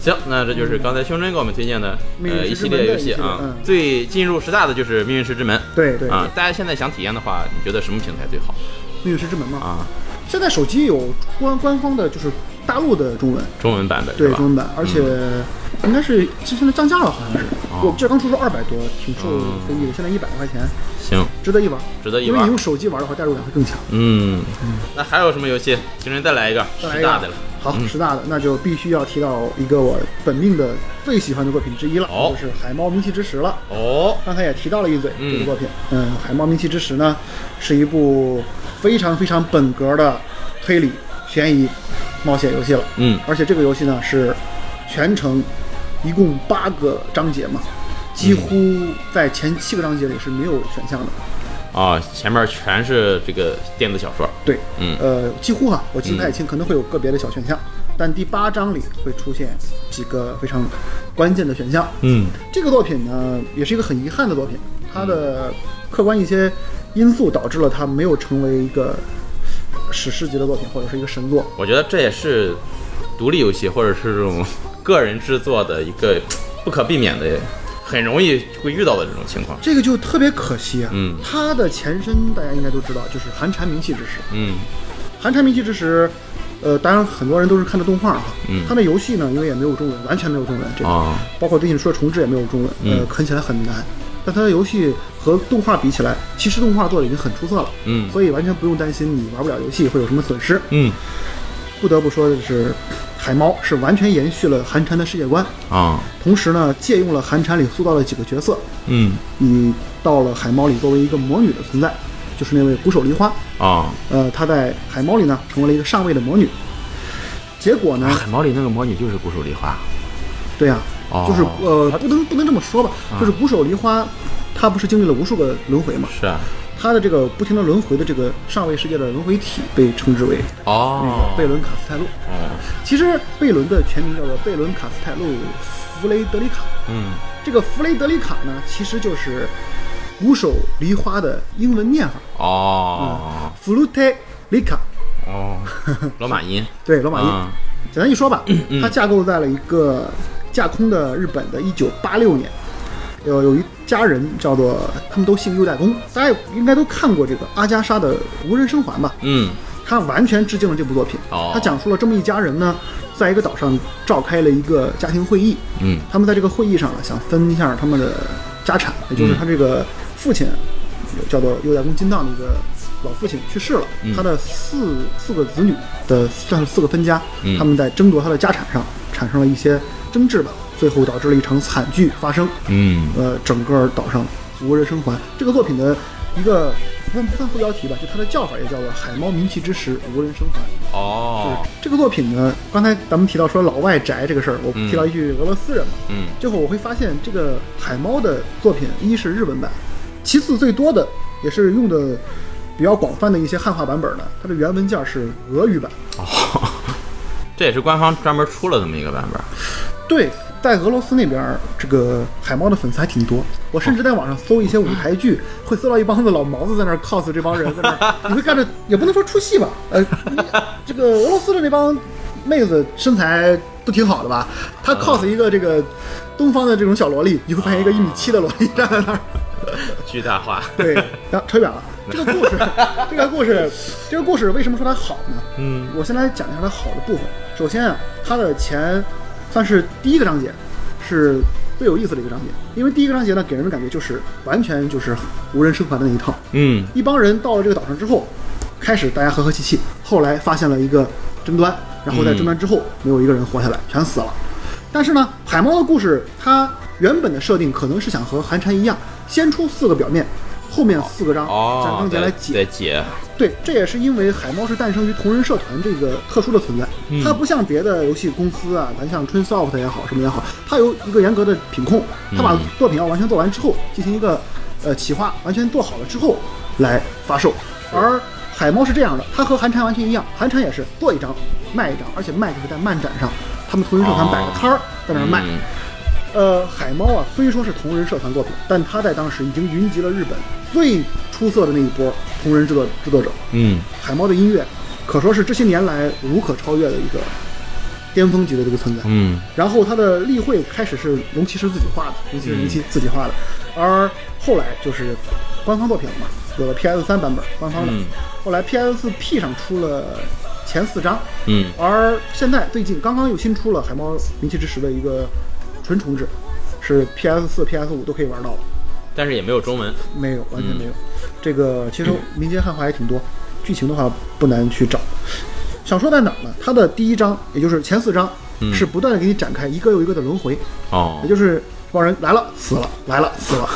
[SPEAKER 1] 行，那这就是刚才胸针给我们推荐的
[SPEAKER 2] 命运
[SPEAKER 1] 呃一
[SPEAKER 2] 石之
[SPEAKER 1] 系
[SPEAKER 2] 门
[SPEAKER 1] 列
[SPEAKER 2] 的
[SPEAKER 1] 游
[SPEAKER 2] 一
[SPEAKER 1] 戏
[SPEAKER 2] 系列
[SPEAKER 1] 啊
[SPEAKER 2] 嗯。
[SPEAKER 1] 最进入十大的就是《命运石之门》。
[SPEAKER 2] 对对，
[SPEAKER 1] 啊，大家现在想体验的话，你觉得什么平台最好
[SPEAKER 2] 命运石之门嘛。
[SPEAKER 1] 啊？
[SPEAKER 2] 现在手机有官官方的，就是大陆的中文，
[SPEAKER 1] 中文版本
[SPEAKER 2] 对
[SPEAKER 1] 是吧嗯
[SPEAKER 2] 中？文版，而且应该是就现在降价了，好像是。我记得刚出是二百多，挺受
[SPEAKER 1] 哦嗯
[SPEAKER 2] 非议的，现在一百块钱，
[SPEAKER 1] 行，
[SPEAKER 2] 值得一玩。
[SPEAKER 1] 值得一
[SPEAKER 2] 因为你
[SPEAKER 1] 玩
[SPEAKER 2] 用。手机玩的话，代入感会更强。
[SPEAKER 1] 嗯，那还有什么游戏？今天再来一个
[SPEAKER 2] 再来
[SPEAKER 1] 十
[SPEAKER 2] 一个
[SPEAKER 1] 大的了。
[SPEAKER 2] 好，十大的那就必须要提到一个我本命的最喜欢的作品之一了，
[SPEAKER 1] 哦
[SPEAKER 2] 就是《海猫名气之石》了。
[SPEAKER 1] 哦，
[SPEAKER 2] 刚才也提到了一嘴
[SPEAKER 1] 嗯
[SPEAKER 2] 这部作品，嗯，海猫名气之石》呢，是一部非常非常本格的推理、悬疑、冒险游戏了。
[SPEAKER 1] 嗯
[SPEAKER 2] 而且这个游戏呢是全程一共八个章节嘛，几乎在前七个章节里是没有选项的。
[SPEAKER 1] 啊，前面全是这个电子小说。
[SPEAKER 2] 对，
[SPEAKER 1] 嗯
[SPEAKER 2] 呃，几乎哈、我记不太清，可能会有个别的小选项，但第八章里会出现几个非常关键的选项。
[SPEAKER 1] 嗯
[SPEAKER 2] 这个作品呢，也是一个很遗憾的作品，它的客观一些因素导致了它没有成为一个史诗级的作品，或者是一个神作。
[SPEAKER 1] 我觉得这也是独立游戏或者是这种 个人制作的一个不可避免的，很容易会遇到的这种情况。
[SPEAKER 2] 这个就特别可惜啊。
[SPEAKER 1] 嗯
[SPEAKER 2] 它的前身大家应该都知道，就是寒蝉鸣泣之时。
[SPEAKER 1] 嗯
[SPEAKER 2] 寒蝉鸣泣之时，呃，当然很多人都是看的动画啊。
[SPEAKER 1] 嗯
[SPEAKER 2] 它的游戏呢，因为也没有中文，完全没有中文，这个、
[SPEAKER 1] 啊，
[SPEAKER 2] 包括最近说的重置也没有中文，呃，
[SPEAKER 1] 嗯
[SPEAKER 2] 啃起来很难。但它的游戏和动画比起来，其实动画做的已经很出色了，
[SPEAKER 1] 嗯
[SPEAKER 2] 所以完全不用担心你玩不了游戏会有什么损失。
[SPEAKER 1] 嗯
[SPEAKER 2] 不得不说的是，海猫是完全延续了寒蝉的世界观，
[SPEAKER 1] 啊
[SPEAKER 2] 同时呢，借用了寒蝉里塑造的几个角色，
[SPEAKER 1] 嗯
[SPEAKER 2] 你到了海猫里作为一个魔女的存在，就是那位鼓手梨花。
[SPEAKER 1] 啊，
[SPEAKER 2] 呃，她在海猫里呢成为了一个上位的魔女。结果呢，
[SPEAKER 1] 海猫里那个魔女就是古手梨花。
[SPEAKER 2] 对呀、
[SPEAKER 1] 哦啊
[SPEAKER 2] 就是呃，不能不能这么说吧，就是鼓手梨花，她不是经历了无数个轮回嘛？
[SPEAKER 1] 是啊。
[SPEAKER 2] 她的这个不停的轮回的这个上位世界的轮回体被称之为那
[SPEAKER 1] 哦
[SPEAKER 2] 个，贝伦卡斯泰路。
[SPEAKER 1] 哦，
[SPEAKER 2] 其实贝伦的全名叫做贝伦卡斯泰路弗雷德里卡。
[SPEAKER 1] 嗯
[SPEAKER 2] 这个弗雷德里卡呢，其实就是鼓手梨花的英文念法。
[SPEAKER 1] 哦
[SPEAKER 2] 弗鲁特里卡，
[SPEAKER 1] 哦，罗马音
[SPEAKER 2] 对，罗马音。
[SPEAKER 1] 啊
[SPEAKER 2] 简单一说吧，它架构在了一个架空的日本的1986年，有有一家人叫做他们都姓优代公，大家应该都看过这个阿加莎的《无人生还》吧？
[SPEAKER 1] 嗯
[SPEAKER 2] 他完全致敬了这部作品
[SPEAKER 1] 哦。
[SPEAKER 2] 他讲述了这么一家人呢，在一个岛上召开了一个家庭会议，
[SPEAKER 1] 嗯
[SPEAKER 2] 他们在这个会议上呢，想分一下他们的家产，
[SPEAKER 1] 嗯
[SPEAKER 2] 也就是他这个父亲，叫做右代公金藏的一个老父亲去世了，
[SPEAKER 1] 嗯
[SPEAKER 2] 他的四四个子女的算是四个分家，
[SPEAKER 1] 嗯
[SPEAKER 2] 他们在争夺他的家产上产生了一些争执吧，最后导致了一场惨剧发生，
[SPEAKER 1] 嗯
[SPEAKER 2] 呃，整个岛上无人生还。这个作品的一个不算不算副标题吧，就它的叫法也叫做“海猫名气之时，无人生还”。
[SPEAKER 1] 哦
[SPEAKER 2] 这个作品呢，刚才咱们提到说老外宅这个事儿，我
[SPEAKER 1] 嗯
[SPEAKER 2] 提到一句俄罗斯人嘛，
[SPEAKER 1] 嗯
[SPEAKER 2] 最后我会发现，这个海猫的作品，一是日文版，其次最多的也是用的比较广泛的一些汉化版本的，它的原文件是俄语版。
[SPEAKER 1] 哦，这也是官方专门出了这么一个版本。
[SPEAKER 2] 对，在俄罗斯那边儿，这个海猫的粉丝还挺多。我甚至在网上搜一些舞台剧，会搜到一帮子老毛子在那儿 cos 这帮人在那儿，你会看着也不能说出戏吧，呃，这个俄罗斯的那帮妹子身材都挺好的吧？她 cos 一个这个东方的这种小萝莉，你会发现一个一米七的萝莉站在那儿。
[SPEAKER 1] 巨大化，
[SPEAKER 2] 对，然后扯远了。这个故事， 这个故事，这个故事为什么说它好呢？
[SPEAKER 1] 嗯，
[SPEAKER 2] 我先来讲一下它好的部分。首先啊，它的前算是第一个章节，是最有意思的一个章节，因为第一个章节呢，给人的感觉就是完全就是无人生还的那一套。
[SPEAKER 1] 嗯
[SPEAKER 2] 一帮人到了这个岛上之后，开始大家和和气气，后来发现了一个争端，然后在争端之后、没有一个人活下来，全死了。但是呢，海猫的故事它原本的设定可能是想和寒蝉一样，先出四个表面，后面四个章展
[SPEAKER 1] 哦
[SPEAKER 2] 章，节
[SPEAKER 1] 再
[SPEAKER 2] 来
[SPEAKER 1] 再
[SPEAKER 2] 解。
[SPEAKER 1] 解，
[SPEAKER 2] 对，这也是因为海猫是诞生于同人社团这个特殊的存在，它不像别的游戏公司啊，咱像 Trinsoft 也好什么也好，它有一个严格的品控，它把作品要完全做完之后，进行一个呃企划，完全做好了之后来发售。而海猫是这样的，它和寒蝉完全一样，寒蝉也是做一张卖一张，而且卖就是在漫展上，他们同人社团摆个摊儿在那儿卖。
[SPEAKER 1] 嗯
[SPEAKER 2] 呃，海猫啊，虽说是同人社团作品，但它在当时已经云集了日本最出色的那一波同人制作制作者。
[SPEAKER 1] 嗯，
[SPEAKER 2] 海猫的音乐可说是这些年来无可超越的一个巅峰级的这个存在。
[SPEAKER 1] 嗯，
[SPEAKER 2] 然后他的例会开始是龙骑士自己画的，龙
[SPEAKER 1] 嗯
[SPEAKER 2] 骑士零七自己画的，而后来就是官方作品了嘛，有了 PS 三版本官方的，
[SPEAKER 1] 嗯
[SPEAKER 2] 后来 PS P 上出了前四章，
[SPEAKER 1] 嗯，
[SPEAKER 2] 而现在最近刚刚又新出了《海猫名气之时》的一个纯重置，是 PS 四、PS 五都可以玩到了，
[SPEAKER 1] 但是也没有中文。
[SPEAKER 2] 没有，完全没有。这个其实民间汉化也挺多，剧情的话不难去找。想说在哪儿呢？它的第一章，也就是前四章，是不断的给你展开一个又一个的轮回，
[SPEAKER 1] 哦
[SPEAKER 2] 也，就是这帮人来了死了，来了死了。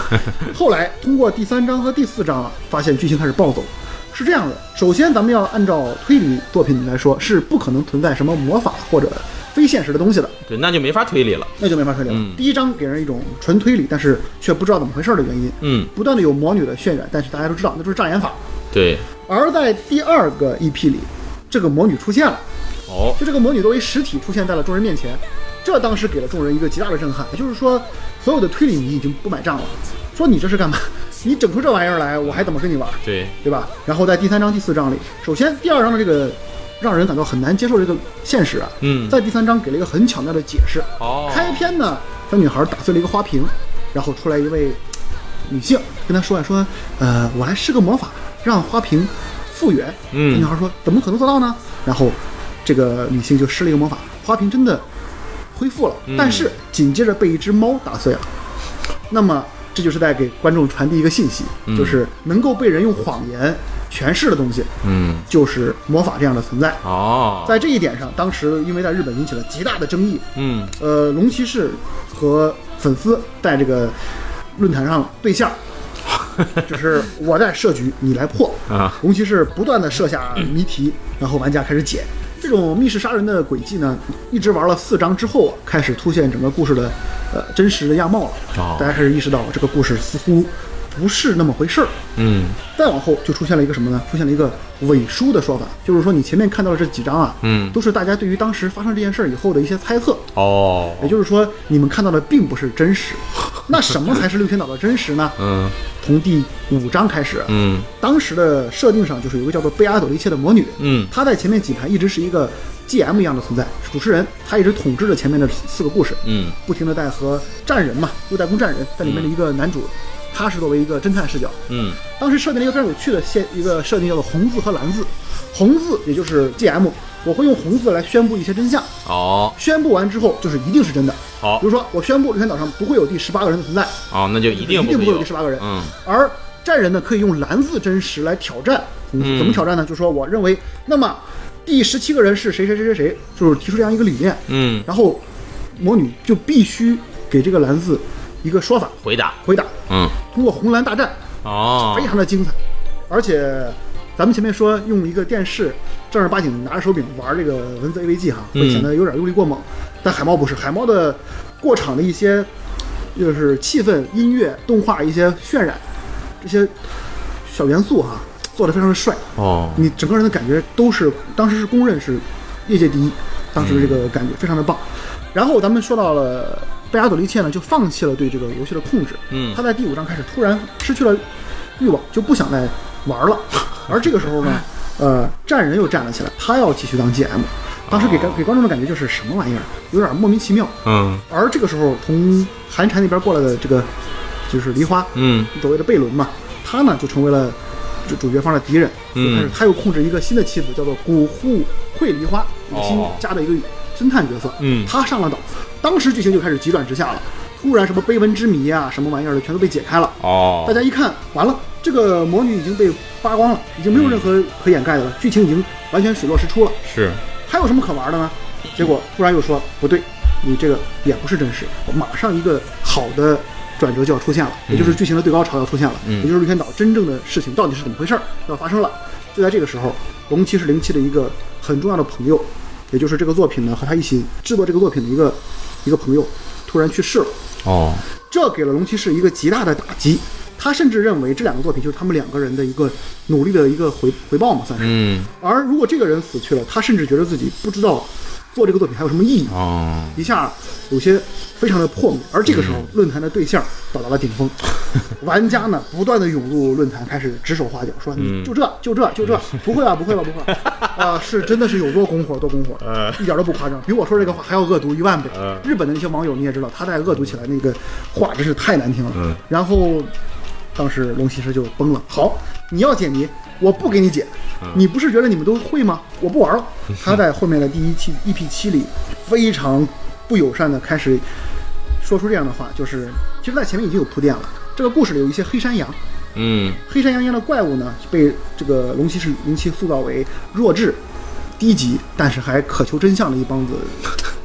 [SPEAKER 2] 后来通过第三章和第四章啊，发现剧情开始暴走。是这样的，首先咱们要按照推理作品来说，是不可能存在什么魔法或者非现实的东西的，
[SPEAKER 1] 对，那就没法推理了。
[SPEAKER 2] 那就没法推理了。
[SPEAKER 1] 嗯
[SPEAKER 2] 第一章给人一种纯推理，但是却不知道怎么回事的原因，
[SPEAKER 1] 嗯，
[SPEAKER 2] 不断的有魔女的渲染，但是大家都知道那就是障眼法。
[SPEAKER 1] 对，
[SPEAKER 2] 而在第二个 EP 里，这个魔女出现了，
[SPEAKER 1] 哦，
[SPEAKER 2] 就这个魔女作为实体出现在了众人面前，这当时给了众人一个极大的震撼。也就是说，所有的推理你已经不买账了，说你这是干嘛？ 你整出这玩意儿来，我还怎么跟你玩？
[SPEAKER 1] 对，
[SPEAKER 2] 对吧？然后在第三章、第四章里，首先第二章的这个让人感到很难接受这个现实啊，
[SPEAKER 1] 嗯
[SPEAKER 2] 在第三章给了一个很巧妙的解释。
[SPEAKER 1] 哦，
[SPEAKER 2] 开篇呢，小女孩打碎了一个花瓶，然后出来一位女性跟她说啊，说，呃，我来施个魔法，让花瓶复原。
[SPEAKER 1] 嗯
[SPEAKER 2] 小女孩说，怎么可能做到呢？然后这个女性就施了一个魔法，花瓶真的恢复了，
[SPEAKER 1] 嗯
[SPEAKER 2] 但是紧接着被一只猫打碎了。那么这就是在给观众传递一个信息，就是能够被人用谎言诠释的东西，
[SPEAKER 1] 嗯，
[SPEAKER 2] 就是魔法这样的存在。
[SPEAKER 1] 哦，
[SPEAKER 2] 在这一点上，当时因为在日本引起了极大的争议，
[SPEAKER 1] 嗯，
[SPEAKER 2] 呃，龙骑士和粉丝在这个论坛上对象，就是我在设局，你来破
[SPEAKER 1] 啊。
[SPEAKER 2] 龙骑士不断的设下谜题，然后玩家开始解。这种密室杀人的轨迹呢，一直玩了四章之后，啊开始凸显整个故事的呃真实的样貌了。
[SPEAKER 1] 哦
[SPEAKER 2] 大家开始意识到这个故事似乎不是那么回事儿。
[SPEAKER 1] 嗯，
[SPEAKER 2] 再往后就出现了一个什么呢？出现了一个伪书的说法，就是说你前面看到的这几章啊，
[SPEAKER 1] 嗯
[SPEAKER 2] 都是大家对于当时发生这件事儿以后的一些猜测。
[SPEAKER 1] 哦，
[SPEAKER 2] 也就是说，你们看到的并不是 真实。那什么才是六天岛的真实呢？
[SPEAKER 1] 嗯
[SPEAKER 2] 从第五章开始，
[SPEAKER 1] 嗯
[SPEAKER 2] 当时的设定上就是有一个叫做贝阿朵的一切的魔女，
[SPEAKER 1] 嗯
[SPEAKER 2] 她在前面几盘一直是一个 GM 一样的存在，是主持人，她一直统治着前面的四个故事，
[SPEAKER 1] 嗯
[SPEAKER 2] 不停的在和战人嘛，六代工战人在里面的一个男主，他是作为一个侦探视角，
[SPEAKER 1] 嗯，
[SPEAKER 2] 当时设定了一个非常有趣的现一个设定，叫做红字和蓝字，红字也就是 GM，我会用红字来宣布一些真相，
[SPEAKER 1] 哦
[SPEAKER 2] 宣布完之后就是一定是真的。
[SPEAKER 1] 好
[SPEAKER 2] 比如说我宣布这天岛上不会有第十八个人的存在，
[SPEAKER 1] 哦，那就一定
[SPEAKER 2] 一定
[SPEAKER 1] 会
[SPEAKER 2] 不会有第十八个人。
[SPEAKER 1] 嗯，
[SPEAKER 2] 而战人呢，可以用蓝字真实来挑战红字。
[SPEAKER 1] 嗯
[SPEAKER 2] 怎么挑战呢？就说我认为，那么第十七个人是谁谁谁谁谁，就是提出这样一个理念，
[SPEAKER 1] 嗯，
[SPEAKER 2] 然后魔女就必须给这个蓝字一个说法
[SPEAKER 1] 回答，
[SPEAKER 2] 回答。
[SPEAKER 1] 嗯，
[SPEAKER 2] 通过红蓝大战
[SPEAKER 1] 哦
[SPEAKER 2] 非，常的精彩，而且咱们前面说用一个电视正儿八经拿着手柄玩这个文字 AVG 哈，会显得有点用力过猛，但海猫不是，海猫的过场的一些就是气氛、音乐、动画一些渲染这些小元素哈，做的非常的帅，
[SPEAKER 1] 哦，
[SPEAKER 2] 你整个人的感觉都是当时是公认是业界第一，当时这个
[SPEAKER 1] 嗯
[SPEAKER 2] 感觉非常的棒。然后咱们说到了贝阿朵利切呢，就放弃了对这个游戏的控制，
[SPEAKER 1] 嗯
[SPEAKER 2] 他在第五章开始突然失去了欲望，就不想再玩了。而这个时 候呢，呃，战人又站了起来，他要继续当 GM。当时给
[SPEAKER 1] 哦
[SPEAKER 2] 给观众的感觉就是什么玩意儿，有点莫名其妙。
[SPEAKER 1] 嗯
[SPEAKER 2] 而这个时候，从韩蝉那边过来的这个就是梨花，
[SPEAKER 1] 嗯
[SPEAKER 2] 所谓的贝伦嘛，他呢就成为了主主角方的敌人，
[SPEAKER 1] 嗯
[SPEAKER 2] 但是他又控制一个新的妻子，叫做古户惠梨花，一个新
[SPEAKER 1] 哦
[SPEAKER 2] 加的一个侦探角色，
[SPEAKER 1] 嗯
[SPEAKER 2] 他上了岛，当时剧情就开始急转直下了，突然什么碑文之谜啊，什么玩意儿的全都被解开了，
[SPEAKER 1] 哦，
[SPEAKER 2] 大家一看，完了，这个魔女已经被扒光了，已经没有任何可掩盖的了，剧情已经完全水落石出了，
[SPEAKER 1] 是，
[SPEAKER 2] 还有什么可玩的呢？结果突然又说不对，你这个也不是真实。马上一个好的转折就要出现了，也就是剧情的最高潮要出现了，
[SPEAKER 1] 嗯
[SPEAKER 2] 也就是绿天岛真正的事情到底是怎么回事儿要发生了。就在这个时候，龙骑士零七的一个很重要的朋友，也就是这个作品呢和他一起制作这个作品的一个一个朋友，突然去世了。
[SPEAKER 1] 哦，
[SPEAKER 2] 这给了龙骑士一个极大的打击。他甚至认为这两个作品就是他们两个人的一个努力的一个回回报嘛，算是。
[SPEAKER 1] 嗯，
[SPEAKER 2] 而如果这个人死去了，他甚至觉得自己不知道做这个作品还有什么意义，
[SPEAKER 1] 哦，
[SPEAKER 2] 一下有些非常的破灭。而这个时候，论坛的对象到达了顶峰，玩家呢不断的涌入论坛，开始指手画脚，说你就这就这就这，不会吧不会啊吧不会吧，啊是真的是有多拱火多拱火，一点都不夸张，比我说这个话还要恶毒一万倍
[SPEAKER 1] 嗯。
[SPEAKER 2] 日本的那些网友你也知道，他在恶毒起来那个话真是太难听了。然后当时龙骑士就崩了。好，你要解谜，我不给你解。你不是觉得你们都会吗？我不玩了。他在后面的第一 期 EP 七里，非常不友善的开始说出这样的话，就是其实，在前面已经有铺垫了。这个故事里有一些黑山羊，
[SPEAKER 1] 嗯，
[SPEAKER 2] 黑山羊一样的怪物呢，被这个龙骑士零七塑造为弱智、低级，但是还渴求真相的一帮子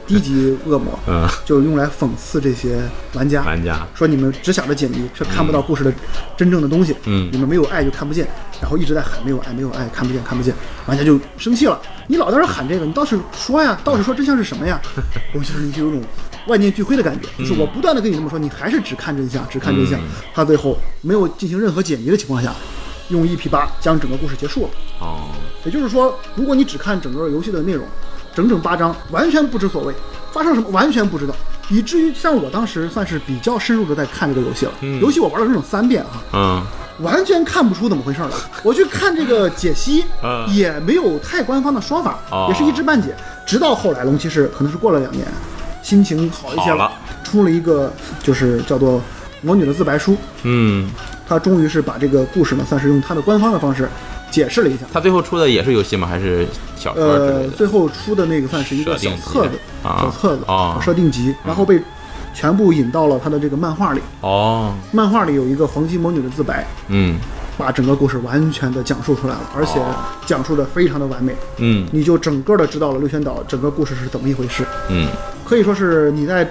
[SPEAKER 2] 低级恶 魔，
[SPEAKER 1] 嗯，
[SPEAKER 2] 就是用来讽刺这些玩家。
[SPEAKER 1] 玩家，
[SPEAKER 2] 说你们只想着解谜，却看不到故事的真正的东西。
[SPEAKER 1] 嗯
[SPEAKER 2] 你们没有爱就看不见，然后一直在喊没有爱，没有爱，看不见，看不见。玩家就生气了，你老在这喊这个，你倒是说哎呀，倒是说真相是什么呀？我就是你就有种万念俱灰的感觉，就是我不断的跟你这么说，你还是只看真相，只看真相。他最后没有进行任何解谜的情况下，用 EP 八将整个故事结束了。
[SPEAKER 1] 哦，
[SPEAKER 2] 也就是说，如果你只看整个游戏的内容，整整八章，完全不知所谓，发生了什么完全不知道，以至于像我当时算是比较深入的在看这个游戏了。游戏我玩了整整三遍啊，
[SPEAKER 1] 嗯，
[SPEAKER 2] 完全看不出怎么回事儿来。我去看这个解析
[SPEAKER 1] 啊，
[SPEAKER 2] 也没有太官方的说法
[SPEAKER 1] 哦，
[SPEAKER 2] 也是一知半解。直到后来龙骑士可能是过了两年，心情好一些
[SPEAKER 1] 好了
[SPEAKER 2] 出了一个就是叫做《魔女的自白书》，
[SPEAKER 1] 嗯，
[SPEAKER 2] 他终于是把这个故事呢，算是用他的官方的方式解释了一下。
[SPEAKER 1] 他最后出的也是游戏吗？还是小说之
[SPEAKER 2] 呃
[SPEAKER 1] 类，的？
[SPEAKER 2] 最后出的那个算是一个小
[SPEAKER 1] 设
[SPEAKER 2] 册子
[SPEAKER 1] 定集，啊
[SPEAKER 2] 小册子
[SPEAKER 1] 啊
[SPEAKER 2] 设定集，然后被全部引到了他的这个漫画里。
[SPEAKER 1] 哦，
[SPEAKER 2] 漫画里有一个黄金魔女的自白，
[SPEAKER 1] 嗯，
[SPEAKER 2] 把整个故事完全的讲述出来了，而且
[SPEAKER 1] 哦
[SPEAKER 2] 讲述的非常的完美，
[SPEAKER 1] 嗯，
[SPEAKER 2] 你就整个的知道了六仙岛整个故事是怎么一回事。
[SPEAKER 1] 嗯，
[SPEAKER 2] 可以说是你在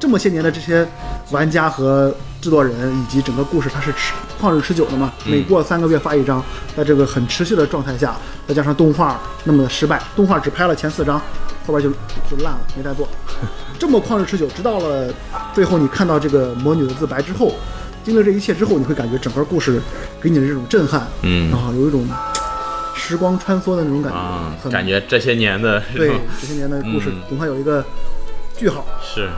[SPEAKER 2] 这么些年的这些玩家和制作人以及整个故事，它是持旷日持久的嘛，
[SPEAKER 1] 嗯
[SPEAKER 2] 每过三个月发一张，在这个很持续的状态下，再加上动画那么的失败，动画只拍了前四张，后边就就烂了，没再做，这么旷日持久，直到了最后你看到这个魔女的自白之后。经历这一切之后，你会感觉整个故事给你的这种震撼，
[SPEAKER 1] 嗯
[SPEAKER 2] 然后有一种时光穿梭的那种感觉，
[SPEAKER 1] 啊，
[SPEAKER 2] 很
[SPEAKER 1] 感觉这些年的这
[SPEAKER 2] 对
[SPEAKER 1] 种
[SPEAKER 2] 这些年的故事
[SPEAKER 1] 嗯
[SPEAKER 2] 总算有一个句号。
[SPEAKER 1] 是，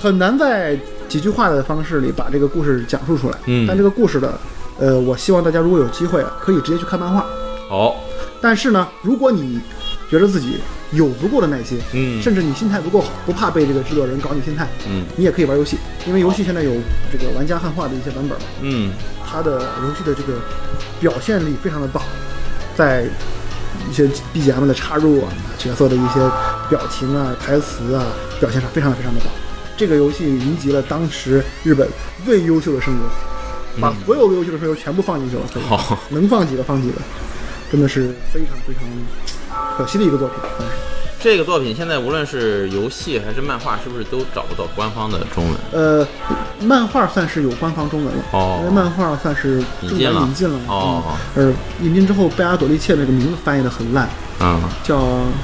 [SPEAKER 2] 很难在几句话的方式里把这个故事讲述出来。
[SPEAKER 1] 嗯
[SPEAKER 2] 但这个故事的，呃，我希望大家如果有机会啊，可以直接去看漫画。
[SPEAKER 1] 哦，
[SPEAKER 2] 但是呢，如果你觉得自己有足够的耐心，
[SPEAKER 1] 嗯
[SPEAKER 2] 甚至你心态足够好，不怕被这个制作人搞你心态，
[SPEAKER 1] 嗯
[SPEAKER 2] 你也可以玩游戏，因为游戏现在有这个玩家汉化的一些版本嘛，
[SPEAKER 1] 嗯，
[SPEAKER 2] 它的游戏的这个表现力非常的棒，在一些 BGM 的插入啊、角色的一些表情啊、台词啊，表现上非常非常的棒。这个游戏云集了当时日本最优秀的声优，把所有优秀的声优全部放进去了，可以
[SPEAKER 1] 好，
[SPEAKER 2] 能放几个放几个，真的是非常非常可惜的一个作品。算是
[SPEAKER 1] 这个作品现在无论是游戏还是漫画，是不是都找不到官方的中文？
[SPEAKER 2] 呃，漫画算是有官方中文了，
[SPEAKER 1] 哦
[SPEAKER 2] 因为漫画算是
[SPEAKER 1] 引
[SPEAKER 2] 中
[SPEAKER 1] 进
[SPEAKER 2] 文
[SPEAKER 1] 了
[SPEAKER 2] 引进了，
[SPEAKER 1] 哦
[SPEAKER 2] 嗯，呃，引进之后贝阿朵丽切那个名字翻译的很烂，
[SPEAKER 1] 嗯，
[SPEAKER 2] 叫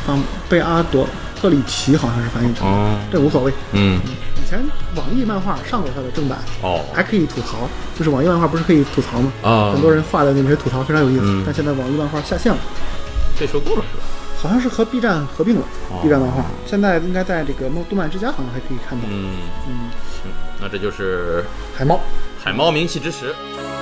[SPEAKER 2] 方贝阿朵特里奇，好像是翻译成，
[SPEAKER 1] 哦，
[SPEAKER 2] 这无所谓。
[SPEAKER 1] 嗯，
[SPEAKER 2] 以前网易漫画上过它的正版，
[SPEAKER 1] 哦，
[SPEAKER 2] 还可以吐槽，就是网易漫画不是可以吐槽吗？
[SPEAKER 1] 啊
[SPEAKER 2] 很多人画的那些吐槽非常有意思，
[SPEAKER 1] 嗯
[SPEAKER 2] 但现在网易漫画下线了，
[SPEAKER 1] 被收购了是吧？
[SPEAKER 2] 好像是和 B 站合并了。
[SPEAKER 1] 哦
[SPEAKER 2] B 站漫画现在应该在这个动动漫之家好像还可以看到。
[SPEAKER 1] 嗯，
[SPEAKER 2] 嗯，
[SPEAKER 1] 那这就是
[SPEAKER 2] 海猫。
[SPEAKER 1] 海猫名气之时。
[SPEAKER 3] 「君の声が